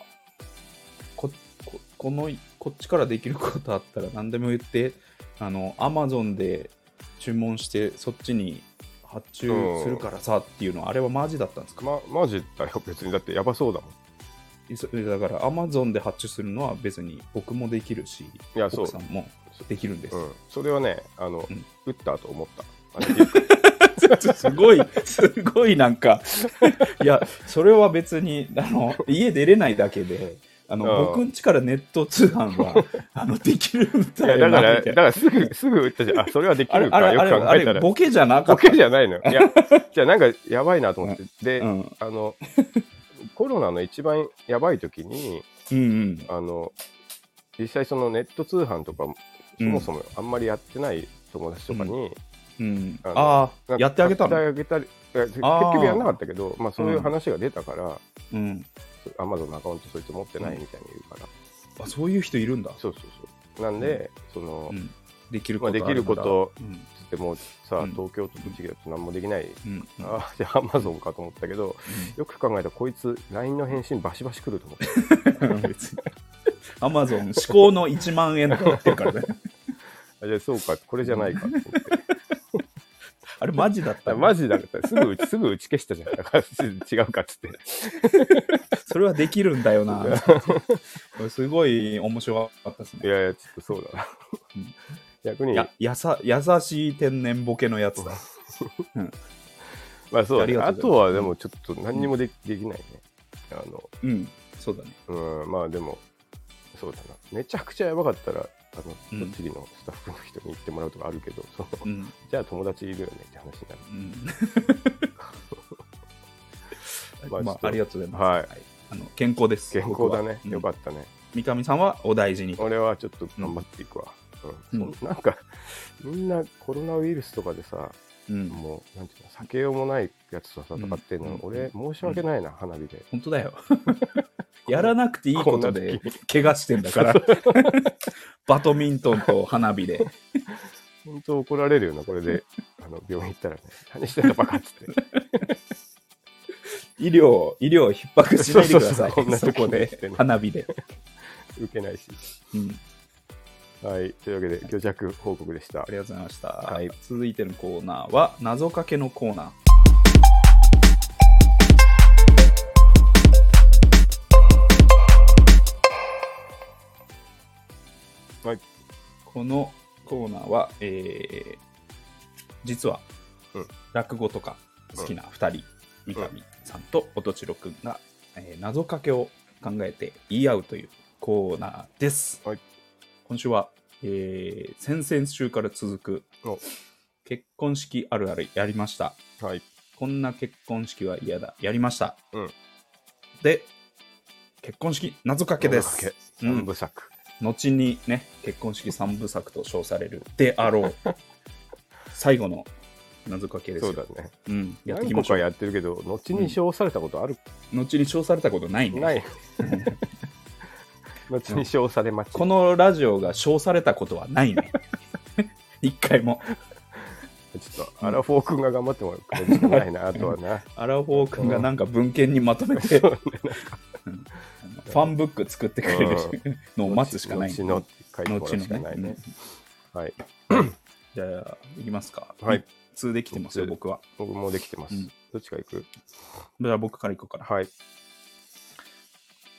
Speaker 1: こここのこっちからできることあったら何でも言ってあのアマゾンで注文してそっちに発注するからさっていうのはあれはマジだったんですか、
Speaker 2: ま、マジだよ、別に。だって、やばそうだもん。
Speaker 1: いそだからアマゾンで発注するのは別に僕もできるし
Speaker 2: いや、そう
Speaker 1: 奥さ。んもできるんです、
Speaker 2: うん。それはね、あの
Speaker 1: うん、
Speaker 2: 打ったと思った。あ れ
Speaker 1: すごい、すごいなんか、いや、それは別に、あの、家出れないだけで、あ
Speaker 2: う
Speaker 1: の、
Speaker 2: ん
Speaker 1: 僕んちからネット通販 は、あの、できるみ
Speaker 2: い
Speaker 1: た
Speaker 2: や
Speaker 1: い
Speaker 2: だ
Speaker 1: な。
Speaker 2: から、
Speaker 1: み
Speaker 2: だ
Speaker 1: たいな
Speaker 2: からすぐ、すぐ打ったじゃん。あ、それはでき
Speaker 1: あれ、
Speaker 2: る
Speaker 1: あ
Speaker 2: か、
Speaker 1: れ、
Speaker 2: よ
Speaker 1: あれ、
Speaker 2: く考
Speaker 1: あ
Speaker 2: えた
Speaker 1: れ
Speaker 2: ら。
Speaker 1: ボケじゃなか
Speaker 2: ボ
Speaker 1: った。
Speaker 2: ケじゃないの。いや、じゃあなんかやばいなと思って。で、
Speaker 1: うん。
Speaker 2: あの、コロナの一番やばい時に、
Speaker 1: うんうん。
Speaker 2: あの、実際そのネット通販とかも、そもそもあんまりやってない友達とかに、
Speaker 1: うん。
Speaker 2: あの
Speaker 1: あ
Speaker 2: な
Speaker 1: あ
Speaker 2: ん、か
Speaker 1: やってあげた
Speaker 2: 買
Speaker 1: の
Speaker 2: ってあげたり、いや結
Speaker 1: あー
Speaker 2: 局やんなかったけど、まあそういう話が出たから、
Speaker 1: うん。
Speaker 2: アマゾンのアカウントそいつ持ってないみたいに言うから、
Speaker 1: あ、そういう人いるんだ。
Speaker 2: そうそうそう。なんで、その、
Speaker 1: うん。できる
Speaker 2: ま
Speaker 1: こ
Speaker 2: あ、
Speaker 1: とあ
Speaker 2: で
Speaker 1: るな
Speaker 2: き
Speaker 1: ら。
Speaker 2: ること
Speaker 1: うん。
Speaker 2: つってもさ、
Speaker 1: うん
Speaker 2: 東京と栃木だと何もできない、
Speaker 1: うん。うん
Speaker 2: ああじゃあアマゾンかと思ったけどよく考えたらこいつ LINE の返信バシバシ来ると思っ て
Speaker 1: うん別に。アマゾン、至高の1万円とかやってるからね。
Speaker 2: あじゃあそうかこれじゃないかと思って
Speaker 1: あれ、マジだっ
Speaker 2: あ
Speaker 1: た。
Speaker 2: マジだったすぐ打ちすぐ打ち消したじゃんだから違うかっつって
Speaker 1: それはできるんだよな。これ すごい面白かったです
Speaker 2: い
Speaker 1: ね。
Speaker 2: やいやちょっとそうだな
Speaker 1: うん
Speaker 2: 逆に
Speaker 1: ややさ優しい天然ボケのやつだ。
Speaker 2: まあそうだね
Speaker 1: あり
Speaker 2: あ
Speaker 1: がとう
Speaker 2: と
Speaker 1: ご
Speaker 2: は
Speaker 1: ざいます
Speaker 2: でもちょっと何にもでき,、できないねあの
Speaker 1: うん、そうだね。
Speaker 2: うんまあでもそうだなめちゃくちゃやばかったらあ
Speaker 1: う
Speaker 2: の
Speaker 1: ん
Speaker 2: 栃木のスタッフの人に行ってもらうとかあるけど、 その
Speaker 1: うん。
Speaker 2: じゃあ友達いるよねって話になる
Speaker 1: う
Speaker 2: まあ
Speaker 1: んま
Speaker 2: ちょっ
Speaker 1: あ、
Speaker 2: と
Speaker 1: ありがとうございます。
Speaker 2: はい
Speaker 1: あの健康です。
Speaker 2: 健康だね、
Speaker 1: 僕は
Speaker 2: よか
Speaker 1: うん
Speaker 2: ったね
Speaker 1: 三上さんはお大事に。
Speaker 2: 俺はちょっと頑張っていくわ、うん
Speaker 1: うん
Speaker 2: そんなんかみんなコロナウイルスとかでさ
Speaker 1: うん。
Speaker 2: もう、なんていうの、酒用もないやつと戦ってんの、
Speaker 1: うん
Speaker 2: 俺、申し訳ないな、花火で。
Speaker 1: 本当だよ。 やらなくていい
Speaker 2: こ
Speaker 1: こ
Speaker 2: んな
Speaker 1: と
Speaker 2: 時
Speaker 1: で怪我してんだ から。バドミントンと花火 で。
Speaker 2: 本当怒られるよな、これで。あの、病院行ったらね、何してんだバカっつって。
Speaker 1: 医療、医療逼迫しないでください。
Speaker 2: そうそうそうこ
Speaker 1: そこ
Speaker 2: んな時に言って
Speaker 1: で
Speaker 2: ね、
Speaker 1: 花火で。
Speaker 2: 受けないし。
Speaker 1: うん。
Speaker 2: はい。というわけで、虚弱報告でした
Speaker 1: あ。りがとうございました。
Speaker 2: はい
Speaker 1: 続いてのコーナーは、謎かけのコーナー。
Speaker 2: はい。
Speaker 1: このコーナーは、えー実は、
Speaker 2: うん
Speaker 1: 落語とか好きな2人、三上さんと音千代くんが、えー謎かけを考えて言い合うというコーナーです。
Speaker 2: はい
Speaker 1: 今週は、えー先々週から続く
Speaker 2: お
Speaker 1: 結婚式あるあるやりました。
Speaker 2: はい。
Speaker 1: こんな結婚式は嫌だ。やりました。
Speaker 2: うん
Speaker 1: で、結婚式謎かけで
Speaker 2: 謎か
Speaker 1: す。
Speaker 2: け三部作。
Speaker 1: 後にね、結婚式三部作と称されるで あろう。最後の謎かけです
Speaker 2: そ
Speaker 1: よ。
Speaker 2: うだね。
Speaker 1: うん。やって
Speaker 2: 何
Speaker 1: いき
Speaker 2: 個
Speaker 1: ましょ
Speaker 2: か
Speaker 1: う。
Speaker 2: やってるけど、後に称されたことある、
Speaker 1: 後に称されたことないね。
Speaker 2: ない。 後に称されまち。
Speaker 1: このラジオが称されたことはな いね。一回も。
Speaker 2: ちょっと、アラフォー君が頑張ってもらうしかないな、あとは な。
Speaker 1: アラフォー君がなんか文献にまとめて、うんファンブック作ってくれるのを待つしかない。
Speaker 2: 後のって書いてもらうしかない
Speaker 1: 後
Speaker 2: ね
Speaker 1: のね。
Speaker 2: はい。
Speaker 1: じゃあ、いきますか。
Speaker 2: はい。
Speaker 1: 普通できてますよ、
Speaker 2: 普通
Speaker 1: 僕は。
Speaker 2: 僕もできてます。
Speaker 1: うん
Speaker 2: どっちから行く
Speaker 1: じゃあ、僕からいこうかな。
Speaker 2: はい。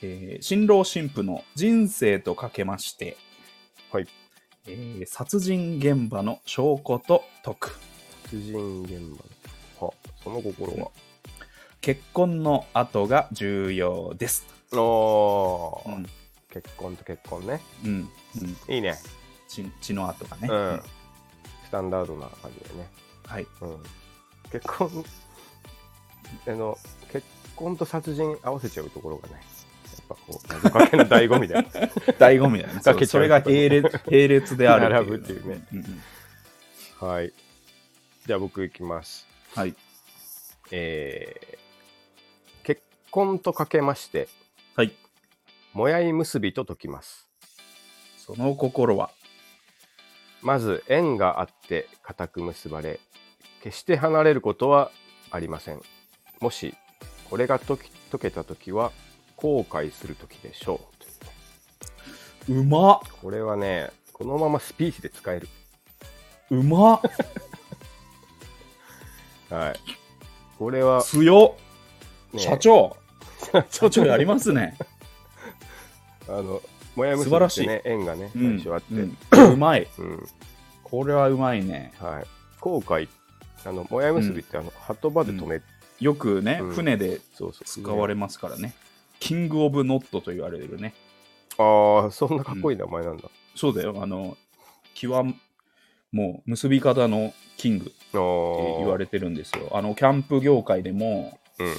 Speaker 1: えー新郎新婦の人生とかけまして、
Speaker 2: はい。
Speaker 1: えー殺人現場の証拠と解く。
Speaker 2: 殺人現場。は、その心は。
Speaker 1: 結婚の後が重要です。
Speaker 2: ああ、
Speaker 1: うん。
Speaker 2: 結婚と結婚ね。
Speaker 1: うん。うん、
Speaker 2: いいね。
Speaker 1: 血血の後がね。
Speaker 2: う
Speaker 1: うん
Speaker 2: ん。スタンダードな感じでね。
Speaker 1: はい。
Speaker 2: うん。結婚、 あの、結婚と殺人合わせちゃうところがね、やっぱこう、謎かけの醍醐味だよ。
Speaker 1: 醍醐味 だよね。
Speaker 2: かけちゃう
Speaker 1: そうそれが並列並列である
Speaker 2: 並ぶっていうね。
Speaker 1: んん
Speaker 2: はい。じゃあ僕行きます。
Speaker 1: はい。
Speaker 2: えー、結婚とかけまして、
Speaker 1: はい。
Speaker 2: もやい結びと解きます。
Speaker 1: その心は、
Speaker 2: まず縁があって固く結ばれ決して離れることはありませんもしこれが解き解けた時は後悔する時でしょうというね
Speaker 1: うまっ
Speaker 2: これはねこのままスピーチで使える
Speaker 1: うまっ
Speaker 2: はいこれは、
Speaker 1: 強っ
Speaker 2: ね、
Speaker 1: 社長
Speaker 2: ちょ
Speaker 1: 社
Speaker 2: っと
Speaker 1: 長やります ね。
Speaker 2: あのもやむす
Speaker 1: 素晴
Speaker 2: び
Speaker 1: ら
Speaker 2: って
Speaker 1: しい
Speaker 2: ね縁がね
Speaker 1: う
Speaker 2: 最
Speaker 1: ん
Speaker 2: 初あって、
Speaker 1: うん うまい。
Speaker 2: うん
Speaker 1: これはうまいね。
Speaker 2: はい後悔あのもやい結びってあの、鳩場で止め、
Speaker 1: よくね、
Speaker 2: うん
Speaker 1: 船で
Speaker 2: そうそう
Speaker 1: 使われますからね。キング・オブ・ノットと言われるね。
Speaker 2: ああそんなかっこいい名前なんだ、
Speaker 1: そうだよ。あの、極む、もう結び方のキングって
Speaker 2: ああ
Speaker 1: 言われてるんですよ。あの、キャンプ業界でも、
Speaker 2: うん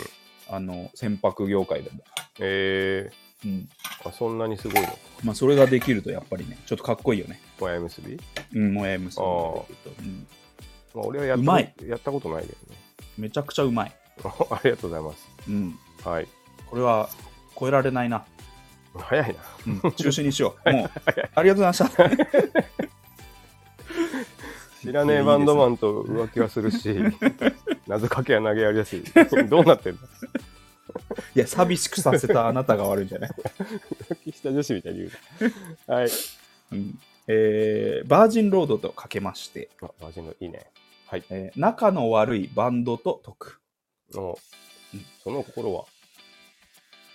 Speaker 1: あの、船舶業界でも。
Speaker 2: え
Speaker 1: うん。
Speaker 2: ー、あそんなにすごいのか
Speaker 1: まあ、それができるとやっぱりね、ちょっとかっこいいよね。
Speaker 2: 親結び、
Speaker 1: うん、もやむすびができると、うん。
Speaker 2: まあ、俺はやっ
Speaker 1: うま
Speaker 2: た
Speaker 1: い
Speaker 2: ことやったことないけどね
Speaker 1: めちゃくちゃうまい。
Speaker 2: ありがとうございます
Speaker 1: うん。
Speaker 2: はい
Speaker 1: これは超えられないな。
Speaker 2: 早いな
Speaker 1: うん、 中止にしよう。もう、ありがとうございました。
Speaker 2: 知らねえバンドマンと浮気はする し謎かけは投げやりだし どうな ってんの
Speaker 1: いや、寂しくさせたあなたが悪いんじゃない、
Speaker 2: 浮気した女子みたいに言うなはい
Speaker 1: うんえーバージンロードとかけまして、
Speaker 2: あマジのいいねはい
Speaker 1: えー仲の悪いバンドと解く。
Speaker 2: もう
Speaker 1: うん
Speaker 2: その心は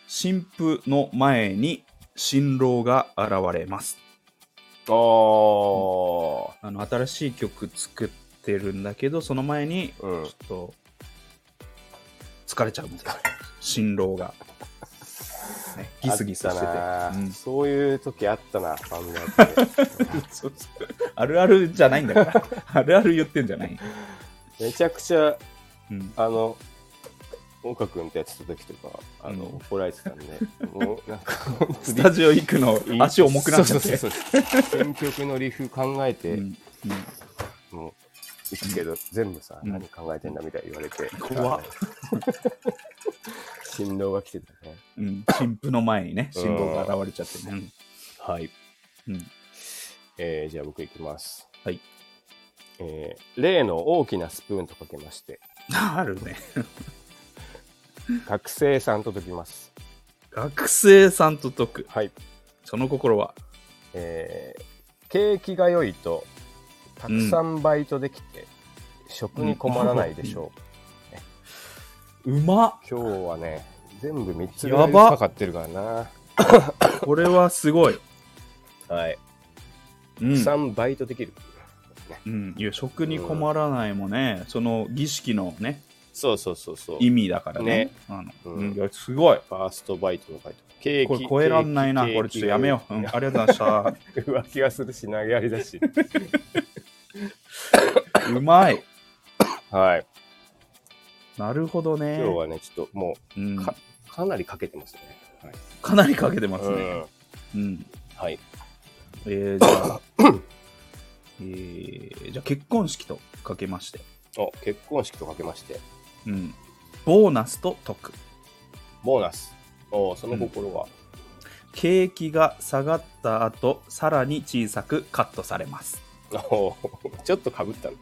Speaker 1: 新婦の前に新郎が現れます。
Speaker 2: あー
Speaker 1: あの、新しい曲作ってるんだけど、その前に、ち
Speaker 2: うん
Speaker 1: ょっと、疲れちゃうんですよ。新郎が。ね、ギスギス
Speaker 2: あ
Speaker 1: してて
Speaker 2: ったな。
Speaker 1: うん
Speaker 2: そういう時あったなバンドやって
Speaker 1: そうそうあるあるじゃないんだから。あるある言ってんじゃない。
Speaker 2: めちゃくちゃ
Speaker 1: うん
Speaker 2: あの、岡君ってやってた時とか、あの、
Speaker 1: うん
Speaker 2: 怒られて たんで、もうなんか、
Speaker 1: スタジオ行くの足重くなっちゃって。
Speaker 2: そうそうそうそう選曲のリフ考えて、
Speaker 1: うんうん
Speaker 2: もう、行くけど、全部さ、
Speaker 1: うん
Speaker 2: 何考えてんだみたいに言われて、
Speaker 1: 怖っ
Speaker 2: っ。振動が来てたね。
Speaker 1: うん、新婦の前にね、信号が現れちゃってね。
Speaker 2: はい。
Speaker 1: うん、
Speaker 2: えーじゃあ僕行きます。
Speaker 1: はい。
Speaker 2: えー例の大きなスプーンとかけまして、
Speaker 1: あるね。
Speaker 2: 学生さんと解きます。
Speaker 1: 学生さんと解く。
Speaker 2: はい。
Speaker 1: その心は。
Speaker 2: えー景気が良いと、たくさんバイトできて、食に困らないでしょ
Speaker 1: うまっ
Speaker 2: う。今日はね、全部3つぐ
Speaker 1: やば
Speaker 2: らいかかってるからな。
Speaker 1: これはすごい。
Speaker 2: はい。
Speaker 1: う
Speaker 2: た
Speaker 1: ん
Speaker 2: くさんバイトできる。
Speaker 1: うん、いや食に困らないもね、その儀式のね
Speaker 2: そうそうそうそう
Speaker 1: 意味だからね
Speaker 2: ね
Speaker 1: あの
Speaker 2: うん
Speaker 1: うんいやすごい
Speaker 2: ファーストバイトのバイト。ケーキ
Speaker 1: これ超えらんないな
Speaker 2: ケーキ
Speaker 1: これちょっとやめよう、うんありがとうございまし
Speaker 2: 浮気がするし、投げやりだ し。
Speaker 1: たうまい
Speaker 2: はい。
Speaker 1: なるほどね
Speaker 2: 今日はね、ちょっとも
Speaker 1: う、
Speaker 2: うんか
Speaker 1: か、
Speaker 2: かなりかけてますね。はい。
Speaker 1: なりかけてます
Speaker 2: う
Speaker 1: ね
Speaker 2: ん
Speaker 1: うん、
Speaker 2: はい。
Speaker 1: えー、じゃ あえー、じゃあ結婚式とかけまして、
Speaker 2: お、結婚式とかけまして、
Speaker 1: うん、ボーナスと解く
Speaker 2: ボーナス。おその心は、
Speaker 1: 景気が下がった後さらに小さくカットされます、
Speaker 2: お ちょっとかぶったの。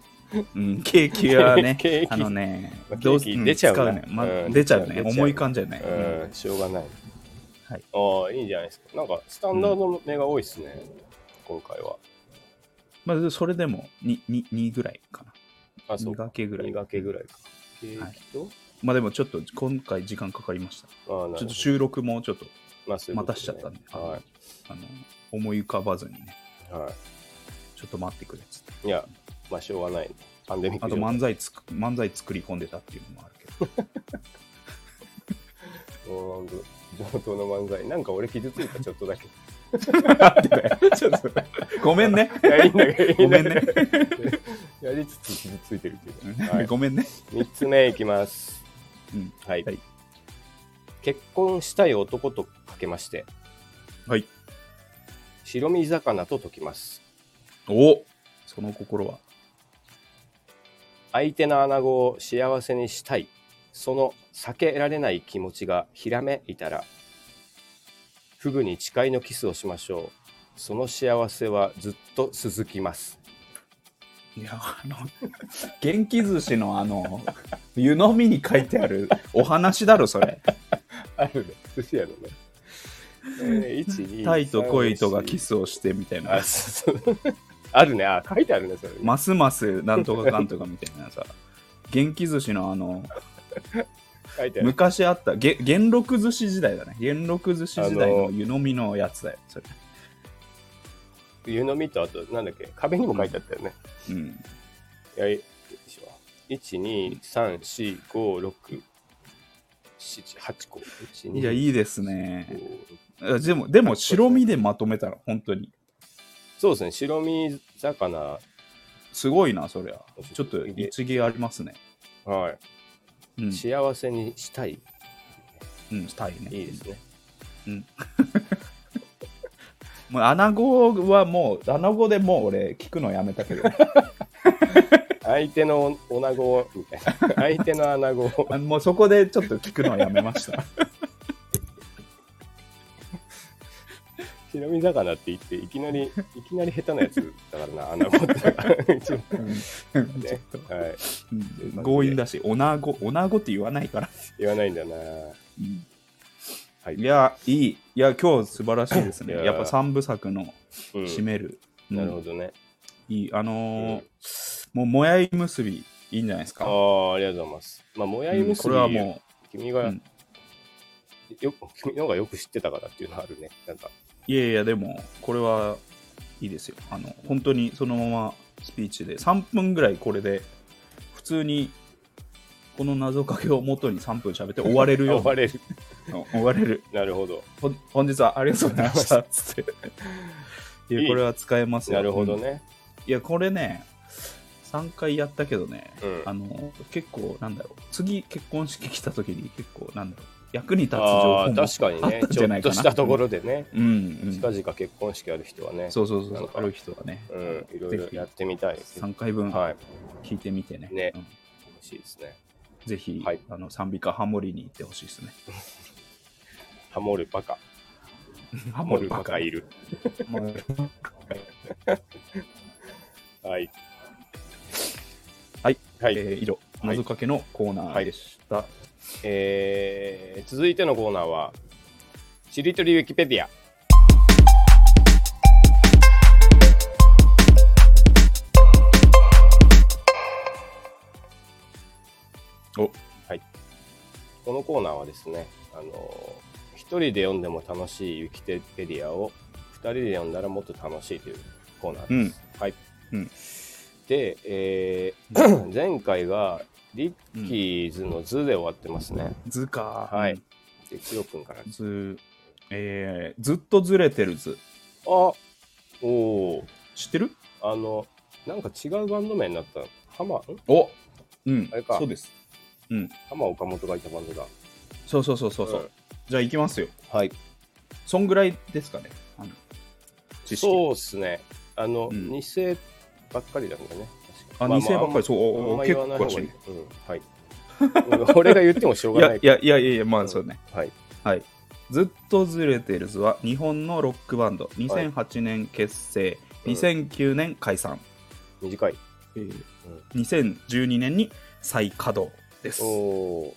Speaker 1: うん、景気は ね
Speaker 2: 景気
Speaker 1: あのね
Speaker 2: まあ、
Speaker 1: どう
Speaker 2: ケーキ出ちゃうな
Speaker 1: ね、まあ
Speaker 2: うん
Speaker 1: 出ちゃう
Speaker 2: 出ちゃ
Speaker 1: ね
Speaker 2: う。ね
Speaker 1: 重い感じだよね。
Speaker 2: うん、しょうがない。
Speaker 1: はい。
Speaker 2: おいいんじゃないですか。なんか、スタンダードの目が多いですね、今回は。
Speaker 1: うんまあ、それでも 2, 2, 2ぐらいかな。
Speaker 2: あ、そ
Speaker 1: 2
Speaker 2: うか。
Speaker 1: 掛けぐらい。
Speaker 2: 磨けぐらいか。ケ
Speaker 1: は
Speaker 2: ー
Speaker 1: い
Speaker 2: キと、
Speaker 1: まあでもちょっと今回時間かかりました。
Speaker 2: あーなるほど
Speaker 1: ちょっと収録もちょっと
Speaker 2: まあそういうこ
Speaker 1: 待
Speaker 2: と
Speaker 1: た
Speaker 2: ね
Speaker 1: しちゃったんで、あの
Speaker 2: は
Speaker 1: あの思い浮かばずにね、
Speaker 2: い。はい。
Speaker 1: ちょっと待ってくれっつって。
Speaker 2: いや、まあしょうがない。パンデミック
Speaker 1: あと
Speaker 2: 状態
Speaker 1: 漫才つく漫才作り込んでたっていうのもあるけど。
Speaker 2: うん上等の漫才。なんか俺傷ついた、ちょっとだけ。
Speaker 1: ちょっとごめんね。
Speaker 2: いや、いいんだけど、いい
Speaker 1: ご
Speaker 2: んだ
Speaker 1: め
Speaker 2: け
Speaker 1: んね
Speaker 2: ど。やりつつ傷ついてるっていうか。はい
Speaker 1: ごめんね。
Speaker 2: 3つ目いきます。
Speaker 1: うん
Speaker 2: はい。
Speaker 1: はい
Speaker 2: 結婚したい男とかけまして、
Speaker 1: はい。
Speaker 2: 白身魚と解きます。
Speaker 1: おその心は。
Speaker 2: 相手の穴子を幸せにしたい。その避けられない気持ちがひらめいたら、フグに誓いのキスをしましょう。その幸せはずっと続きます。
Speaker 1: いや、あの、 元気寿司のあの、湯飲みに書いてあるお話だろ、それ。
Speaker 2: あるね。寿司屋のね。えー、1、2、
Speaker 1: タイと恋とがキ
Speaker 2: ス。
Speaker 1: スをしてみたい
Speaker 2: あ、
Speaker 1: な。
Speaker 2: そうそう。あるね。あ、書いてあるね、それ。
Speaker 1: ますますなんとかかんとかみたいなさ。元気寿司のあの、
Speaker 2: 書いてある。
Speaker 1: 昔あった、げ元禄寿司時代だね。元禄寿司時代の湯飲みのやつだよ、それ。
Speaker 2: 湯飲みと、あと、なんだっけ、壁にも書いてあったよね。
Speaker 1: うん。
Speaker 2: やい、よいしょ。1、2、3、4、5、6、7、8個。1 2
Speaker 1: いや、いいですね。
Speaker 2: 5
Speaker 1: あでも、でも、白身でまとめたら、本当に。
Speaker 2: そうですね、白身魚、
Speaker 1: すごいな、そりゃ。ちょっと一芸ありますね。
Speaker 2: はい、
Speaker 1: うん。
Speaker 2: 幸せにしたい、
Speaker 1: うん、したいね。
Speaker 2: いいですね。
Speaker 1: もう穴子はもう、穴子でもう俺、聞くのやめた けど、
Speaker 2: 相手のおなごをみたい な。相手の穴子を。
Speaker 1: あもうそこでちょっと聞くのやめました。
Speaker 2: 白身魚って言って、いきなり、いきなり下手なやつだからな、穴子って。一応
Speaker 1: うんちょっと、
Speaker 2: はい。
Speaker 1: うん強引だし、女子、女子って言わないから。
Speaker 2: 言わないんだな。はい
Speaker 1: いや、いい。いや、今日素晴らしいですね。
Speaker 2: いや
Speaker 1: やっぱ三部作の
Speaker 2: うん。
Speaker 1: 締める。
Speaker 2: なる
Speaker 1: う
Speaker 2: ほ
Speaker 1: ん
Speaker 2: どね。
Speaker 1: いい。あのーもう、もやい結び、いいんじゃないです
Speaker 2: あ
Speaker 1: か。
Speaker 2: あ、ありがとうございます。まあ、もやい
Speaker 1: うん
Speaker 2: 結
Speaker 1: こ
Speaker 2: び、
Speaker 1: れはも
Speaker 2: 君
Speaker 1: う、う
Speaker 2: が
Speaker 1: ん
Speaker 2: よ、君の方がよく知ってたからっていうのはあるね。なんか、
Speaker 1: いやいや、でも、これはいいですよ。あの、本当にそのままスピーチで、3分ぐらいこれで、普通に、この謎かけを元に3分喋って終われるよ
Speaker 2: 呼ばれる。
Speaker 1: うん終われる。
Speaker 2: なるほど。
Speaker 1: ほん本日はありがとうございました。つって。い
Speaker 2: いい
Speaker 1: や、これは使えますよ。
Speaker 2: なるほど
Speaker 1: うん。
Speaker 2: ね。
Speaker 1: いや、これね、3回やったけどね、
Speaker 2: うん
Speaker 1: あの、結構、なんだろう、次結婚式来た時に結構、なんだろう、役に立つ
Speaker 2: あ
Speaker 1: 情報
Speaker 2: ー
Speaker 1: も
Speaker 2: 確かに
Speaker 1: あっ
Speaker 2: ね
Speaker 1: たん
Speaker 2: ち
Speaker 1: じゃ
Speaker 2: ょ
Speaker 1: な
Speaker 2: っ
Speaker 1: いか
Speaker 2: と
Speaker 1: な
Speaker 2: したところでね、
Speaker 1: うん、うん
Speaker 2: 近々結婚式ある人はね
Speaker 1: そうそうそう
Speaker 2: な
Speaker 1: そ
Speaker 2: ん
Speaker 1: う
Speaker 2: か
Speaker 1: ある人はね、
Speaker 2: うん、いろいろ
Speaker 1: ぜひ
Speaker 2: やってみたい
Speaker 1: 3回分
Speaker 2: はい
Speaker 1: 聞いてみてね,うん、
Speaker 2: ね欲しいですね
Speaker 1: ぜひ、
Speaker 2: はい
Speaker 1: あの賛美歌ハモリに行ってほしいですね
Speaker 2: ハモるバカ
Speaker 1: ハ
Speaker 2: ハモるバカいる
Speaker 1: ハモる
Speaker 2: はい
Speaker 1: はい、
Speaker 2: はい、
Speaker 1: えー以上
Speaker 2: はい
Speaker 1: 謎かけのコーナーでした、
Speaker 2: えー続いてのコーナーは、しりとりウィキペディア。
Speaker 1: お
Speaker 2: はい。このコーナーはですね、あのー、一人で読んでも楽しいウィキペディアを、二人で読んだらもっと楽しいというコーナーです。
Speaker 1: うん
Speaker 2: はい。
Speaker 1: うん
Speaker 2: で、えー前回が、リッキーズの図で終わってますね。
Speaker 1: 図か
Speaker 2: はい
Speaker 1: うん
Speaker 2: で、きよくんから。
Speaker 1: 図えーずっとずれてる図
Speaker 2: あおお
Speaker 1: 知ってる
Speaker 2: あの、なんか違うバンド名になった。ハマ、ん
Speaker 1: おうん
Speaker 2: あれか
Speaker 1: そうです
Speaker 2: ハマ岡本がいたバンドだ。
Speaker 1: そうそうそうそうそう、
Speaker 2: うん
Speaker 1: じゃあ行きますよ
Speaker 2: はい。
Speaker 1: そんぐらいですかねあの知識
Speaker 2: そうっすね。あの、
Speaker 1: うん
Speaker 2: 二世ばっかりだもんね。確
Speaker 1: あ、
Speaker 2: ま
Speaker 1: 二世ばっかり、そう
Speaker 2: あんま
Speaker 1: お
Speaker 2: あん
Speaker 1: お、
Speaker 2: ま
Speaker 1: 結
Speaker 2: 言わない
Speaker 1: 構
Speaker 2: 方が
Speaker 1: 違。
Speaker 2: いいう うん。はい。俺が言ってもしょう
Speaker 1: い
Speaker 2: がな
Speaker 1: や
Speaker 2: い
Speaker 1: い。やいやいや、まあそうね。
Speaker 2: はい。
Speaker 1: はい。ずっとずれてる図は日本のロックバンド。2008年結成、
Speaker 2: うん
Speaker 1: 2009年解散、
Speaker 2: 短い。
Speaker 1: えー2012年に再稼働です
Speaker 2: お。お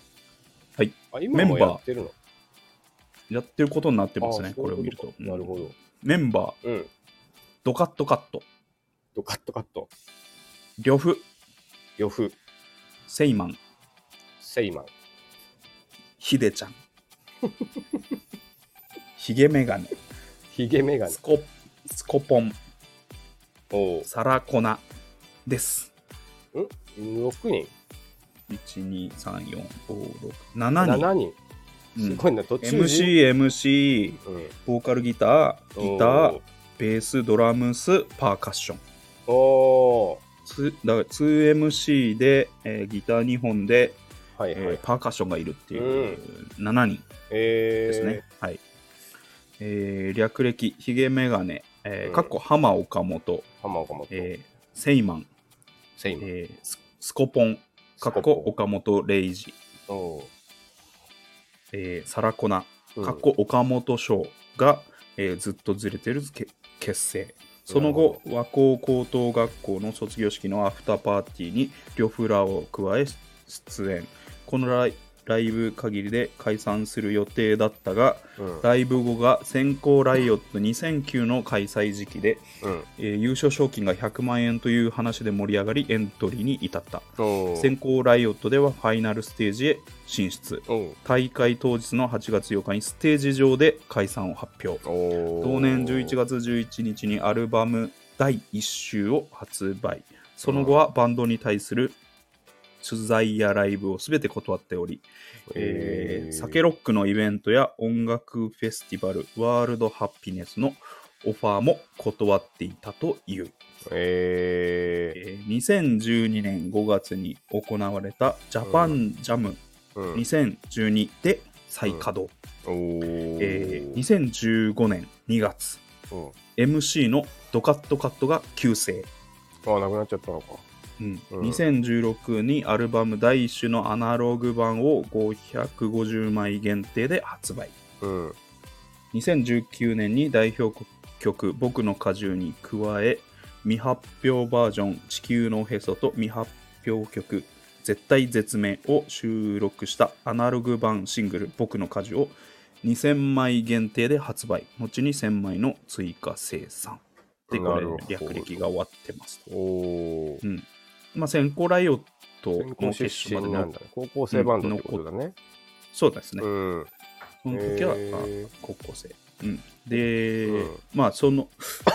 Speaker 1: はい。
Speaker 2: ー。あ、今も
Speaker 1: メンバー
Speaker 2: やってるの
Speaker 1: やってることになってます
Speaker 2: あ
Speaker 1: ね、
Speaker 2: そう
Speaker 1: こ
Speaker 2: い
Speaker 1: れ
Speaker 2: う
Speaker 1: を見ると
Speaker 2: こ。なる
Speaker 1: うん
Speaker 2: ほど。
Speaker 1: メンバー、
Speaker 2: うん。
Speaker 1: ドカットカット、
Speaker 2: ドカッとカット。
Speaker 1: 呂布、
Speaker 2: 呂布、
Speaker 1: セイマン、
Speaker 2: セイマン、
Speaker 1: ヒデ ちゃん、ヒゲメガネ、
Speaker 2: ヒゲメガネ
Speaker 1: ス。コスコポン、
Speaker 2: おお。
Speaker 1: サラコナです。
Speaker 2: 6人
Speaker 1: 1,2,3,4,5,6,7人。
Speaker 2: ?7 人。すごいな、途中人。
Speaker 1: MC、MC、
Speaker 2: うん。
Speaker 1: ボーカルギター、ギター
Speaker 2: お、
Speaker 1: ベース、ドラムス、パーカッション。
Speaker 2: ーお
Speaker 1: つだから 2MC で、えーギター2本で、
Speaker 2: ー。はい
Speaker 1: えー
Speaker 2: はい。
Speaker 1: パーカッションがいるっていう7人
Speaker 2: えー、
Speaker 1: ですね。はい。えー略歴、ヒゲメガネ、え
Speaker 2: う
Speaker 1: ー、
Speaker 2: ん
Speaker 1: かっこ浜岡本、
Speaker 2: 浜岡本。
Speaker 1: えーセイマン、
Speaker 2: セイム。
Speaker 1: えーススコポン、かっこ岡本レイジ、
Speaker 2: お
Speaker 1: えーサラコナ、
Speaker 2: ー
Speaker 1: 過去岡本賞が、えーずっとずれてるけ結成その後和光高等学校の卒業式のアフターパーティーに呂布らを加え出演このライライブ限りで解散する予定だったが
Speaker 2: うん
Speaker 1: ライブ後が先行ライオット2009の開催時期で、
Speaker 2: うん
Speaker 1: えー優勝賞金が100万円という話で盛り上がりエントリーに至った
Speaker 2: おー
Speaker 1: 先行ライオットではファイナルステージへ進出
Speaker 2: おー
Speaker 1: 大会当日の8月8日にステージ上で解散を発表
Speaker 2: おー
Speaker 1: 同年11月11日にアルバム第1週を発売その後はバンドに対する取材やライブを全て断っており、えー、酒ロックのイベントや音楽フェスティバルワールドハピネスのオファーも断っていたという、
Speaker 2: え
Speaker 1: えー2012年5月に行われたジャパンジャム
Speaker 2: ーうん
Speaker 1: 2012で再稼働、
Speaker 2: おー
Speaker 1: えー2015年2月
Speaker 2: うん
Speaker 1: MC のドカットカットが急成、
Speaker 2: あーなくなっちゃったのか
Speaker 1: うん
Speaker 2: うん
Speaker 1: 2016にアルバム第1種のアナログ版を550枚限定で発売
Speaker 2: うん
Speaker 1: 2019年に代表曲「僕の果汁」に加え未発表バージョン「地球のおへそ」と未発表曲「絶対絶命」を収録したアナログ版シングル「僕の果汁」を2000枚限定で発売後に1000枚の追加生産でこ
Speaker 2: な
Speaker 1: れ
Speaker 2: るほど
Speaker 1: 略歴が終わってますと、
Speaker 2: おおー
Speaker 1: うんまあ、先行ライオット
Speaker 2: 全
Speaker 1: の
Speaker 2: 校
Speaker 1: 決
Speaker 2: 出
Speaker 1: 勝ま
Speaker 2: 身
Speaker 1: で
Speaker 2: なん
Speaker 1: の
Speaker 2: だね高校生バンドってことだね
Speaker 1: そうですね、
Speaker 2: うん
Speaker 1: その時は、あ
Speaker 2: へー
Speaker 1: 高校生。うん、で、
Speaker 2: うん
Speaker 1: まあ その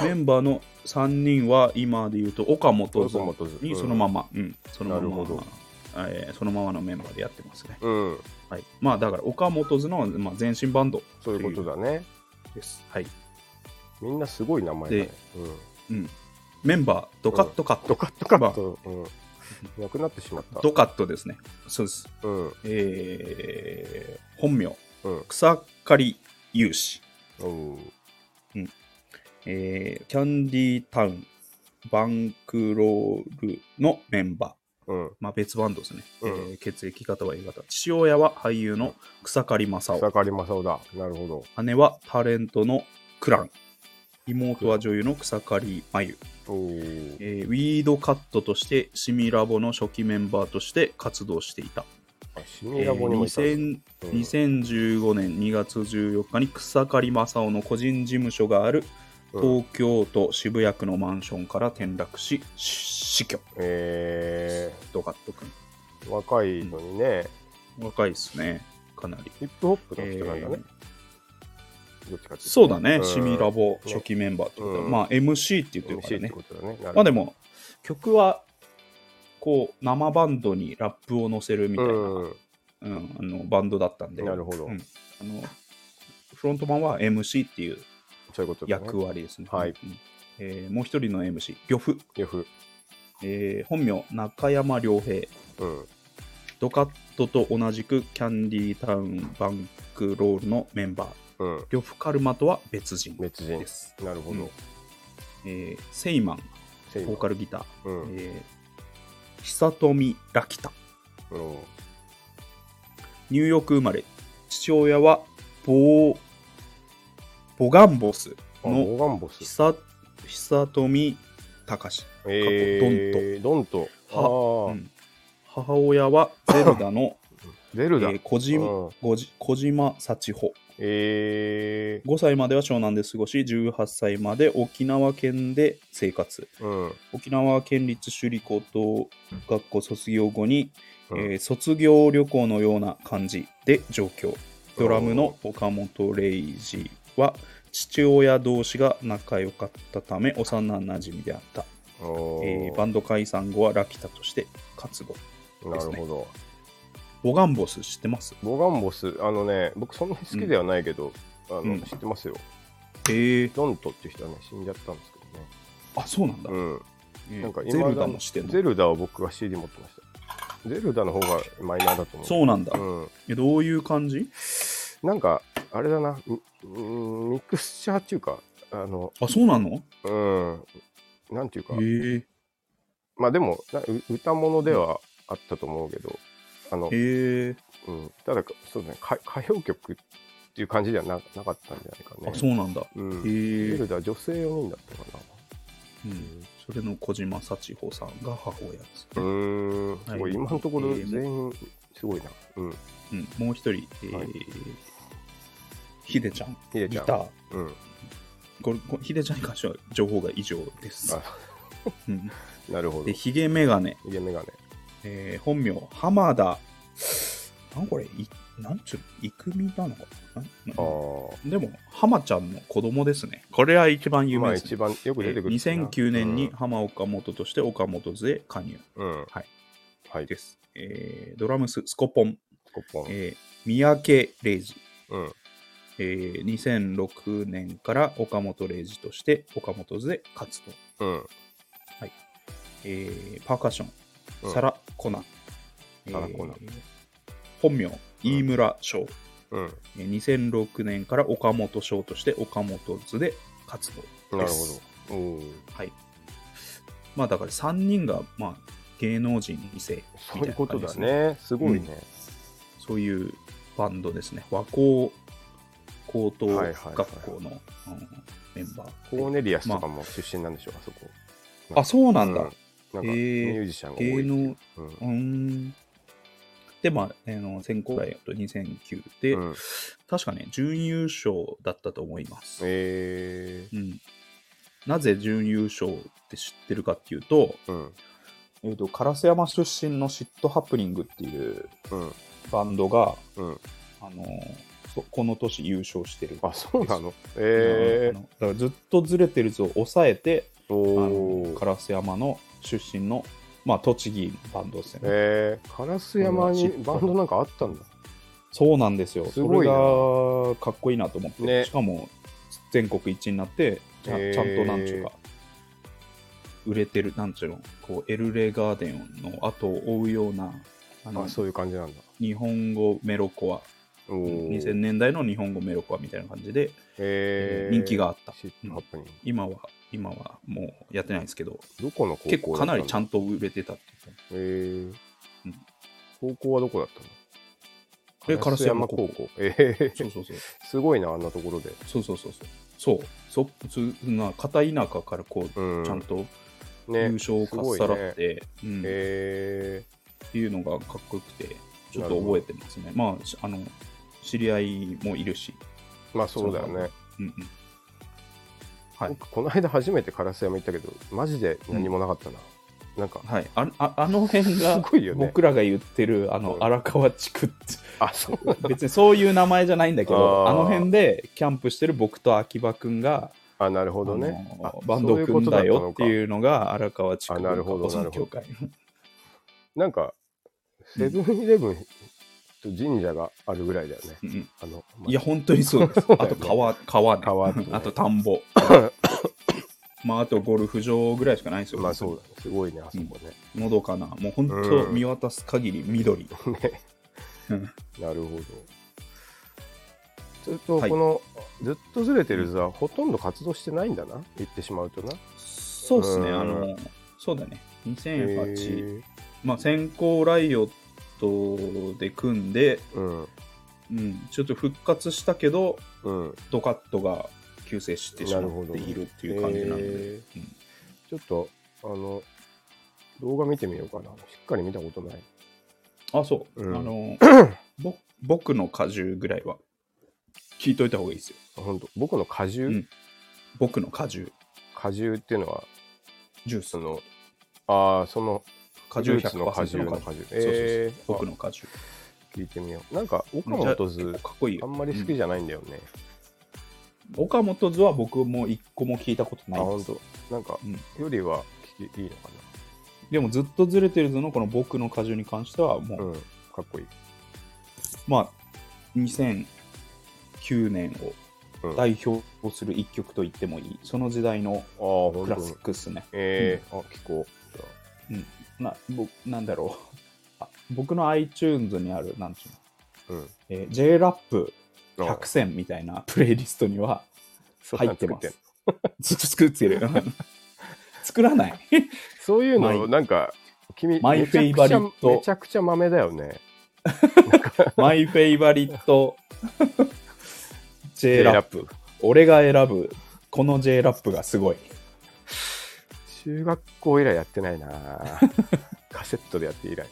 Speaker 1: メンバーの3人は今で言うと岡本
Speaker 2: 岡
Speaker 1: さん
Speaker 2: 本さん
Speaker 1: にそのまま、うんそのま
Speaker 2: な
Speaker 1: ま
Speaker 2: るほど
Speaker 1: えーそのままのメンバーでやってますね。
Speaker 2: うん
Speaker 1: はい、まあだから岡本図の、まあ、前身バンド
Speaker 2: そういうことだね
Speaker 1: です。はい
Speaker 2: みんなすごい名前だね
Speaker 1: で
Speaker 2: うん
Speaker 1: うん、メンバードカットカット、
Speaker 2: ドカッとカッとうんなくなってしまった
Speaker 1: ドカットですね。そうです。
Speaker 2: うん
Speaker 1: えー本名
Speaker 2: うん。
Speaker 1: 草刈り勇士、
Speaker 2: おう
Speaker 1: えーキャンディータウン、バンクロールのメンバー。
Speaker 2: うん。
Speaker 1: まあ、別バンドですね、
Speaker 2: うん
Speaker 1: えー血液型は A 型父親は俳優の草刈正
Speaker 2: 草
Speaker 1: 雄
Speaker 2: 刈正雄だ。なるほど。
Speaker 1: 姉はタレントのクラン妹は女優の草刈真由、
Speaker 2: おー
Speaker 1: えーウィードカットとしてシミラボの初期メンバーとして活動していた、
Speaker 2: あシミラボに
Speaker 1: えー
Speaker 2: もいたんだ、
Speaker 1: 2000
Speaker 2: うん
Speaker 1: 2015年2月14日に草刈正雄の個人事務所がある
Speaker 2: うん
Speaker 1: 東京都渋谷区のマンションから転落し死去
Speaker 2: え
Speaker 1: ドカット君
Speaker 2: ー、若いのにね、
Speaker 1: 若いですねかなり
Speaker 2: ヒップホップの人なんだね。どっちかっていうと
Speaker 1: そうだね、
Speaker 2: ん
Speaker 1: シミラボ初期メンバーってことだ、
Speaker 2: うん
Speaker 1: まあ MC って言ってるから
Speaker 2: MC って
Speaker 1: ね。
Speaker 2: ことだね。なるほど
Speaker 1: まあでも、曲は、こう、生バンドにラップを乗せるみたいな、うん
Speaker 2: うん
Speaker 1: あのバンドだったんで、
Speaker 2: なるほど
Speaker 1: うんあのフロントマンは MC っていう
Speaker 2: そういうことだね。
Speaker 1: 役割ですね。
Speaker 2: はい
Speaker 1: うんえーもう一人の MC、呂布、
Speaker 2: 呂布。
Speaker 1: えー本名、中山良平、
Speaker 2: うん。
Speaker 1: ドカットと同じくキャンディータウンバンクロールのメンバー、
Speaker 2: うん。
Speaker 1: 呂布カルマとは別人で
Speaker 2: 別人。
Speaker 1: す。
Speaker 2: なるほ
Speaker 1: うん
Speaker 2: ど。
Speaker 1: えーセイマン、
Speaker 2: セイ
Speaker 1: ボーカルギター、
Speaker 2: う
Speaker 1: え
Speaker 2: ん。
Speaker 1: ー、久富ラキタ、
Speaker 2: うん
Speaker 1: ニューヨーク生まれ、父親はボーボガンボス
Speaker 2: あ、モ
Speaker 1: の
Speaker 2: ーガンボス。
Speaker 1: 久久富隆、
Speaker 2: えー、ドンと。
Speaker 1: う
Speaker 2: はあー
Speaker 1: ん、母親はゼルダの、
Speaker 2: ゼ
Speaker 1: え
Speaker 2: ルダ。
Speaker 1: ー、小島
Speaker 2: うん
Speaker 1: ごじ小島幸穂
Speaker 2: え
Speaker 1: 5歳までは湘南で過ごし18歳まで沖縄県で生活
Speaker 2: ー、うん。
Speaker 1: 沖縄県立首里高等学校卒業後に
Speaker 2: うん
Speaker 1: えー卒業旅行のような感じで上京ドラムの岡本玲二は父親同士が仲良かったため幼なじみであった、
Speaker 2: おー
Speaker 1: えーバンド解散後はラピュタとして活動
Speaker 2: なるほど。
Speaker 1: ボガンボス知ってます
Speaker 2: ボガンボス、あのね、僕そんなに好きではないけど、あの
Speaker 1: うん
Speaker 2: 知ってますよ。
Speaker 1: えー、
Speaker 2: ドントっていう人はね、死んじゃったんですけどね。
Speaker 1: あそうなんだ、
Speaker 2: うん。
Speaker 1: えー
Speaker 2: なんか
Speaker 1: ゼル
Speaker 2: 未だ
Speaker 1: ダ
Speaker 2: に
Speaker 1: も知ってんの
Speaker 2: ゼルダを僕が CD 持ってました。ゼルダの方がマイナーだと思う。
Speaker 1: そうなんだ、
Speaker 2: うん。
Speaker 1: えどういう感じ
Speaker 2: なんか、あれだな、ミうんミクスチャーっていうか、あの、
Speaker 1: あそうなの
Speaker 2: うん、なんていうか
Speaker 1: え、ー、
Speaker 2: まあでも、なう歌物ではあったと思うけど、あの
Speaker 1: え、ー、
Speaker 2: うん、ただ、そうだね、か歌謡曲っていう感じではななかったんじゃないかね。
Speaker 1: あそうなんだ
Speaker 2: うん
Speaker 1: え
Speaker 2: ゼ
Speaker 1: ー
Speaker 2: ルダ女性4人だったか
Speaker 1: うん、それの小島幸穂さんが母親です
Speaker 2: な。うーん、すご
Speaker 1: はい
Speaker 2: い、今のとこ
Speaker 1: え
Speaker 2: ろ
Speaker 1: ー
Speaker 2: 全員すごいな。うん、
Speaker 1: うん、もう一人、えー
Speaker 2: はい
Speaker 1: ひでちゃん、
Speaker 2: ひでち
Speaker 1: ギ
Speaker 2: ゃん
Speaker 1: ター。
Speaker 2: うん、
Speaker 1: これこれひでちゃんに関しては情報が以上です。
Speaker 2: あ
Speaker 1: うん
Speaker 2: なるほど。
Speaker 1: で、
Speaker 2: イ
Speaker 1: ひげメガネ、
Speaker 2: ケメガネ。
Speaker 1: えー本名、浜田、なんこれ、いなんちゅう、いくみなのかな
Speaker 2: あ
Speaker 1: な
Speaker 2: あ。
Speaker 1: でも、浜ちゃんの子供ですね。これは一番有
Speaker 2: ま
Speaker 1: 名
Speaker 2: あ
Speaker 1: です、
Speaker 2: 一
Speaker 1: ね。
Speaker 2: 番よく出てくる。
Speaker 1: 2009年に浜岡本として岡本勢加入
Speaker 2: うん、うん
Speaker 1: はい。
Speaker 2: はい。
Speaker 1: です。えードラムス、スコポン、
Speaker 2: コッポン。
Speaker 1: えー三宅礼二、
Speaker 2: うん。
Speaker 1: えー2006年から岡本零士として岡本図で活動、
Speaker 2: うん。
Speaker 1: えーパーカッション、
Speaker 2: うん
Speaker 1: サラ・コナン、
Speaker 2: サラコナン
Speaker 1: えー本名飯村翔、
Speaker 2: うん。
Speaker 1: えー2006年から岡本翔として岡本図で活動
Speaker 2: なる
Speaker 1: です
Speaker 2: ほど。おー
Speaker 1: はいまあだから3人が、まあ、芸能人2世
Speaker 2: そうい
Speaker 1: みたいうな
Speaker 2: こ
Speaker 1: 感
Speaker 2: と
Speaker 1: じで
Speaker 2: だ
Speaker 1: すね
Speaker 2: ね。すごいね。
Speaker 1: そういうバンドですね和光高等
Speaker 2: はいはいはい
Speaker 1: 学校の、うんメンバー
Speaker 2: コーネリアスとかも出身なんでしょう、あそこ。
Speaker 1: あそうなんだ、
Speaker 2: うんなんか、ミ
Speaker 1: へー
Speaker 2: ュージシャンが多い。
Speaker 1: 芸能
Speaker 2: うん
Speaker 1: うーん。で、まあ、あの先行来と2009で、
Speaker 2: うん
Speaker 1: 確かね、準優勝だったと思います。
Speaker 2: え
Speaker 1: うん、なぜ準優勝って知ってるかっていうと、
Speaker 2: ー。うん。
Speaker 1: えー、と烏山出身のシットハプニングっていう
Speaker 2: うん。
Speaker 1: バンドが、
Speaker 2: うん。
Speaker 1: あのーそこの年優勝してる。
Speaker 2: あ、そうなのえ
Speaker 1: あ
Speaker 2: ー
Speaker 1: の。だからずっとずれてる図を抑えて、あの
Speaker 2: おー。
Speaker 1: 烏山の出身の、まあ、栃木のバンドですよね。
Speaker 2: えー、烏山にバンドなんかあったんだ。
Speaker 1: そうなんですよ。
Speaker 2: すごいな
Speaker 1: それがかっこいいなと思って、
Speaker 2: ね
Speaker 1: しかも全国一になって、ちゃ,、
Speaker 2: へー
Speaker 1: ちゃんとなんちゅうか、売れてる、なんちゅうの、こうエルレガーデンの後を追うような、あの
Speaker 2: あ、そういう感じなんだ。
Speaker 1: 日本語メロコア
Speaker 2: おー
Speaker 1: 2000年代の日本語メロコアみたいな感じで、
Speaker 2: えー
Speaker 1: 人気があった
Speaker 2: シットハプニング
Speaker 1: 今は、今はもうやってないですけど、
Speaker 2: どこの高校
Speaker 1: 結構かなりちゃ
Speaker 2: んと。
Speaker 1: んと売れてたっていう
Speaker 2: えー
Speaker 1: うん
Speaker 2: 高校はどこだったの
Speaker 1: え烏山高校
Speaker 2: 烏高校。えー
Speaker 1: そうそうそう。
Speaker 2: すごいな、あんなところで。
Speaker 1: そうそうそうそう。そう、そそんな片田舎からこう、
Speaker 2: うん、
Speaker 1: ちゃんと優
Speaker 2: ね。
Speaker 1: 勝をかっさらって、うん
Speaker 2: え
Speaker 1: っていうのがかっこよくて、ちょっと覚えてますね。まあし、あの、知り合いもいるし、
Speaker 2: ー、まあそうだよね。
Speaker 1: うんうん。はい
Speaker 2: 僕、この間初めて烏山行ったけど、マジで何もなかったな。なん か、
Speaker 1: はい、あああの辺
Speaker 2: す
Speaker 1: が
Speaker 2: ごいよね。
Speaker 1: 僕らが言ってるあの
Speaker 2: うん
Speaker 1: 荒川地区って
Speaker 2: あ、そうなんだ。
Speaker 1: 別にそういう名前じゃないんだけど
Speaker 2: あ
Speaker 1: あ
Speaker 2: ー
Speaker 1: の辺でキャンプしてる僕と秋葉くんが、
Speaker 2: あ、なるほ
Speaker 1: あ
Speaker 2: どね。
Speaker 1: の
Speaker 2: あ
Speaker 1: バンドを組んだよって
Speaker 2: う。
Speaker 1: いうのが荒川地区
Speaker 2: あなるほど
Speaker 1: 文化保存協会の
Speaker 2: なんか、セブンイレブンと神社があるぐらいだよね。
Speaker 1: うんうん
Speaker 2: あの、まあ
Speaker 1: いや本当にそうです
Speaker 2: そうだ
Speaker 1: あ
Speaker 2: よね
Speaker 1: と川川,、ね、
Speaker 2: 川とね
Speaker 1: あと田 んぼまああとゴルフ場ぐらいしかないですよ、
Speaker 2: まあそうだね。すごいね、あそこね。
Speaker 1: のどかなもう本当見渡す限り緑、
Speaker 2: ね
Speaker 1: うん
Speaker 2: なるほど。それと、
Speaker 1: はい
Speaker 2: この、ずっとずれてる図は、ほとんど活動してないんだな、言ってしまうとな。
Speaker 1: そうですね
Speaker 2: うん
Speaker 1: あのそうだね2008、
Speaker 2: へー
Speaker 1: まあ、先行ライオットで組んで、
Speaker 2: うん。
Speaker 1: うん、ちょっと復活したけど、
Speaker 2: うん。
Speaker 1: ドカットが急成してしま
Speaker 2: なる
Speaker 1: っ
Speaker 2: ほど
Speaker 1: ているっていう感じなんで、
Speaker 2: へー
Speaker 1: うん
Speaker 2: ちょっと、あの、動画見てみようかな。しっかり見たことない。
Speaker 1: あ、そう、
Speaker 2: うん
Speaker 1: あ のぼ、僕の果汁ぐらいは聞いといた方がいいですよ。
Speaker 2: あ本当僕の果汁、
Speaker 1: うん僕の果汁、
Speaker 2: 果汁っていうのは、
Speaker 1: ジュース
Speaker 2: そ、の、ああ、その、
Speaker 1: 果汁
Speaker 2: フルーツの果
Speaker 1: 100%
Speaker 2: 汁
Speaker 1: の
Speaker 2: の
Speaker 1: 果
Speaker 2: 果汁。
Speaker 1: そうそうそう
Speaker 2: えー
Speaker 1: 僕の果汁。
Speaker 2: あ聞いてみよう。なんか、岡
Speaker 1: めっち
Speaker 2: 本
Speaker 1: ゃ結
Speaker 2: 図
Speaker 1: 構、かっこいい
Speaker 2: あ
Speaker 1: よ。
Speaker 2: んまり好きじゃないんだよね。
Speaker 1: 岡本図は僕も一個も聞いたことな
Speaker 2: あ、
Speaker 1: い
Speaker 2: 本
Speaker 1: です。
Speaker 2: 当。なんか、
Speaker 1: うん
Speaker 2: よりは聞きいいのか
Speaker 1: でもずっとずれてる図のこの僕の果汁に関してはもう、
Speaker 2: な。うん、かっこいい。
Speaker 1: まあ、2009年
Speaker 2: う
Speaker 1: を
Speaker 2: ん
Speaker 1: 代表する一曲と言ってもいい、その時代の
Speaker 2: ああ、本
Speaker 1: ク
Speaker 2: 当
Speaker 1: ラ
Speaker 2: に
Speaker 1: シックっすね。
Speaker 2: えーあ、聞こう。
Speaker 1: な僕なんだろうあ僕の iTunes にある、なんていうの、
Speaker 2: うん。
Speaker 1: えー、j ラップ
Speaker 2: あ
Speaker 1: 100選みたいな プレイリストには
Speaker 2: そん
Speaker 1: 入
Speaker 2: な
Speaker 1: っ
Speaker 2: ん
Speaker 1: て
Speaker 2: 作
Speaker 1: ます
Speaker 2: ん。
Speaker 1: ずっと作ってる。 作らない。
Speaker 2: そういう
Speaker 1: マ
Speaker 2: の、
Speaker 1: イ
Speaker 2: なんか、君、
Speaker 1: マイ
Speaker 2: めちゃくちゃ
Speaker 1: フェイバリット
Speaker 2: めちゃくちゃ豆だよね。
Speaker 1: マイフェイバリット J ラッ
Speaker 2: プ。
Speaker 1: プ。俺が選ぶ、この J ラップがすごい。
Speaker 2: 中学校以来やってない なカセットでやって以来。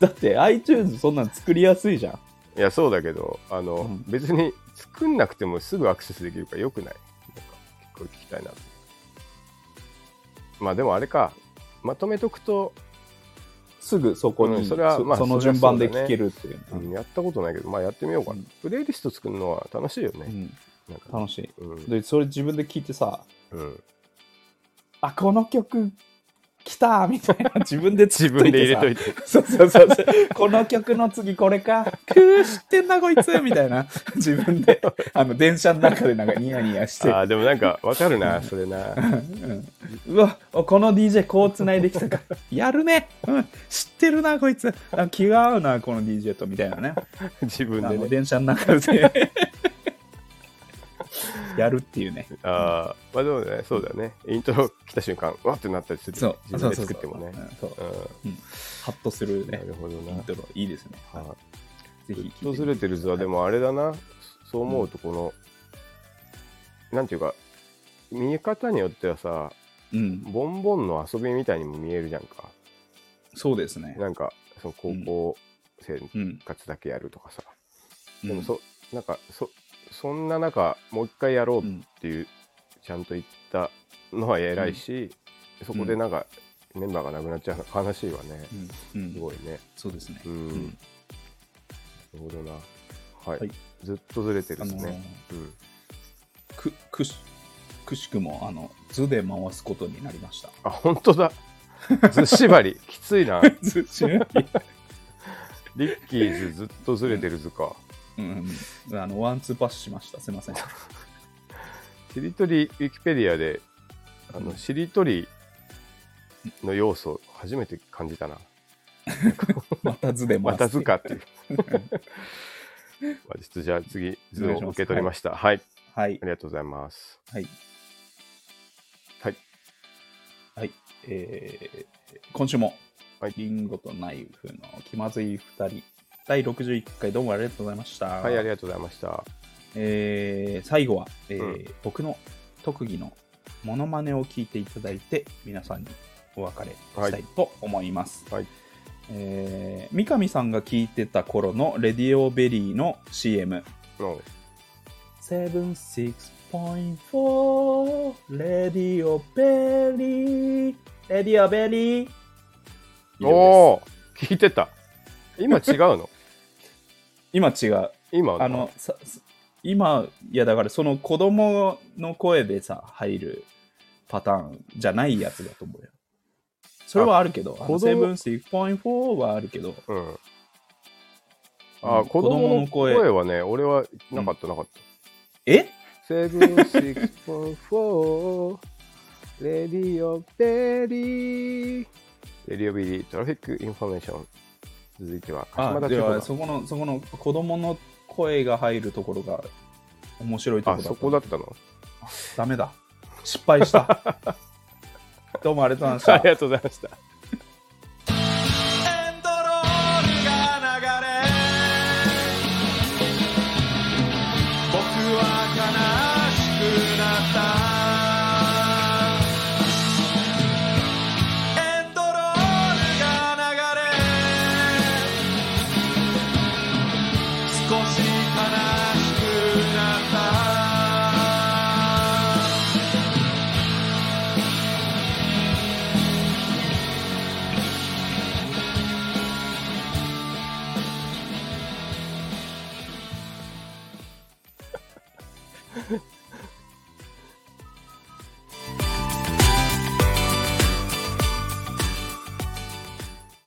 Speaker 1: だって iTunes そんなん作りやすいじゃん。
Speaker 2: いや、そうだけど、あの、
Speaker 1: うん
Speaker 2: 別に作んなくてもすぐアクセスできるからよくないなんか、これ聞きたいなと。まあでもあれか、まとめとくと、
Speaker 1: すぐそこに、
Speaker 2: うんそれはまあ
Speaker 1: その
Speaker 2: そりゃ
Speaker 1: 順番で
Speaker 2: そうだ
Speaker 1: 聴
Speaker 2: ね
Speaker 1: けるっていう、
Speaker 2: うんやったことないけど、まあやってみようかな。
Speaker 1: うん
Speaker 2: プレイリスト作るのは楽しいよ
Speaker 1: う
Speaker 2: ね。
Speaker 1: ん
Speaker 2: なんか
Speaker 1: 楽し
Speaker 2: うん
Speaker 1: いでそれ自分で聞いてさ
Speaker 2: うん、
Speaker 1: あこの曲来たみたい な自分で
Speaker 2: 自
Speaker 1: 作っと
Speaker 2: 分
Speaker 1: い
Speaker 2: で入れ
Speaker 1: てさ
Speaker 2: といて。
Speaker 1: そうそうそうそうこの曲の次これかくー知ってんなこいつみたいな自分であの電車の中でなんかニヤニヤして
Speaker 2: ああ、でもなんかわかるな、それな。
Speaker 1: うわこの DJ こうつないできた かやるね、うん、知ってるなこいつあ気が合うなこの DJ とみたいな ね
Speaker 2: 自
Speaker 1: あ
Speaker 2: 分で
Speaker 1: の
Speaker 2: ね。
Speaker 1: 電車の中 でやるっていうね
Speaker 2: ああ、まあでもね、そうだよね。イントロ来た瞬間、わってなったりする。
Speaker 1: そう
Speaker 2: 自分で作ってもね。
Speaker 1: そうそうそう
Speaker 2: う
Speaker 1: うんハッとする
Speaker 2: ん、な
Speaker 1: ね
Speaker 2: るほど
Speaker 1: イ
Speaker 2: な
Speaker 1: ン。トロいいですね
Speaker 2: はい
Speaker 1: ぜ
Speaker 2: ず
Speaker 1: ひ
Speaker 2: っ
Speaker 1: 聞
Speaker 2: と
Speaker 1: いて
Speaker 2: ず
Speaker 1: み
Speaker 2: れ
Speaker 1: て
Speaker 2: てる図は、でもあれだな。そう思うと、この、なんていうか、見え方によってはさ、
Speaker 1: うん
Speaker 2: ボンボンの遊びみたいにも見えるじゃんか。
Speaker 1: そうですね
Speaker 2: なんか、その高校生の
Speaker 1: うん
Speaker 2: 部活だけやるとかさ。
Speaker 1: うん
Speaker 2: でもそ、なんか、そ、そんな中、もう一回やろうっ
Speaker 1: うん
Speaker 2: っていうちゃんと言ったのは偉いし、そこでなんかメンバーがなくなっちゃうの悲しいわね、
Speaker 1: うん
Speaker 2: すごいね
Speaker 1: そうですね
Speaker 2: う、
Speaker 1: うんん
Speaker 2: なるほどなはい、
Speaker 1: はい
Speaker 2: ずっとずれてる
Speaker 1: あ
Speaker 2: です
Speaker 1: の
Speaker 2: ね、うん、
Speaker 1: くくしくしくもあの図で回すことになりました
Speaker 2: あ本当だずっ縛りきつい な
Speaker 1: 図し
Speaker 2: リッキーズずっとずれてる図か
Speaker 1: うんうんあのワンツーパスしましたすいません
Speaker 2: しりとりウィキペディアであ
Speaker 1: う
Speaker 2: の
Speaker 1: ん
Speaker 2: しりとりの要素初めて感じたな
Speaker 1: また図で回す
Speaker 2: また図かっていうまあ実じゃあ次、図を
Speaker 1: お願いします
Speaker 2: 受け取りました。はい、
Speaker 1: はい
Speaker 2: あ。りがとうございます。
Speaker 1: はい。
Speaker 2: はい。
Speaker 1: はい。えー今週も、
Speaker 2: はい
Speaker 1: リンゴとナイフの気まずい2人、第61回どうもありがとうございました。
Speaker 2: はい、ありがとうございました。
Speaker 1: えー最後は、えー
Speaker 2: うん
Speaker 1: 僕の特技のモノマネを聞いていただいて皆さんにお別れしたいと思います、
Speaker 2: はい
Speaker 1: えー三上さんが聞いてた頃のレディオベリーの CM
Speaker 2: の
Speaker 1: 76.4レディオベリーレディオベリー以上です
Speaker 2: おお聞いてた。今違うの
Speaker 1: 今違う
Speaker 2: 今
Speaker 1: あの、さす今、いやだからその子供の声でさ、入るパターンじゃないやつだと思うよ。それはあるけど、
Speaker 2: 子
Speaker 1: 子
Speaker 2: 供
Speaker 1: 供7.4はあるけど、
Speaker 2: うん。あ、
Speaker 1: うん
Speaker 2: 子供の
Speaker 1: 子供の
Speaker 2: 声
Speaker 1: 声
Speaker 2: はね、俺はなかった、なかった。
Speaker 1: え
Speaker 2: セブンシックスポンフォー、レディオベリー、レディオベリー、トラフィックインフォメーション。続いては、
Speaker 1: あ
Speaker 2: 鹿島田
Speaker 1: で
Speaker 2: チョコ
Speaker 1: はそこの、そこの子供の声が入るところが面白いと
Speaker 2: あ、
Speaker 1: ころだった。
Speaker 2: そこだったの
Speaker 1: ダメだ。失敗した。どうもありがとうござい
Speaker 2: あ
Speaker 1: ま
Speaker 2: りが
Speaker 1: した。
Speaker 2: とうございました。
Speaker 3: エンドロールが流れ僕は悲しくなったエンドロールが流れ少し悲しくなった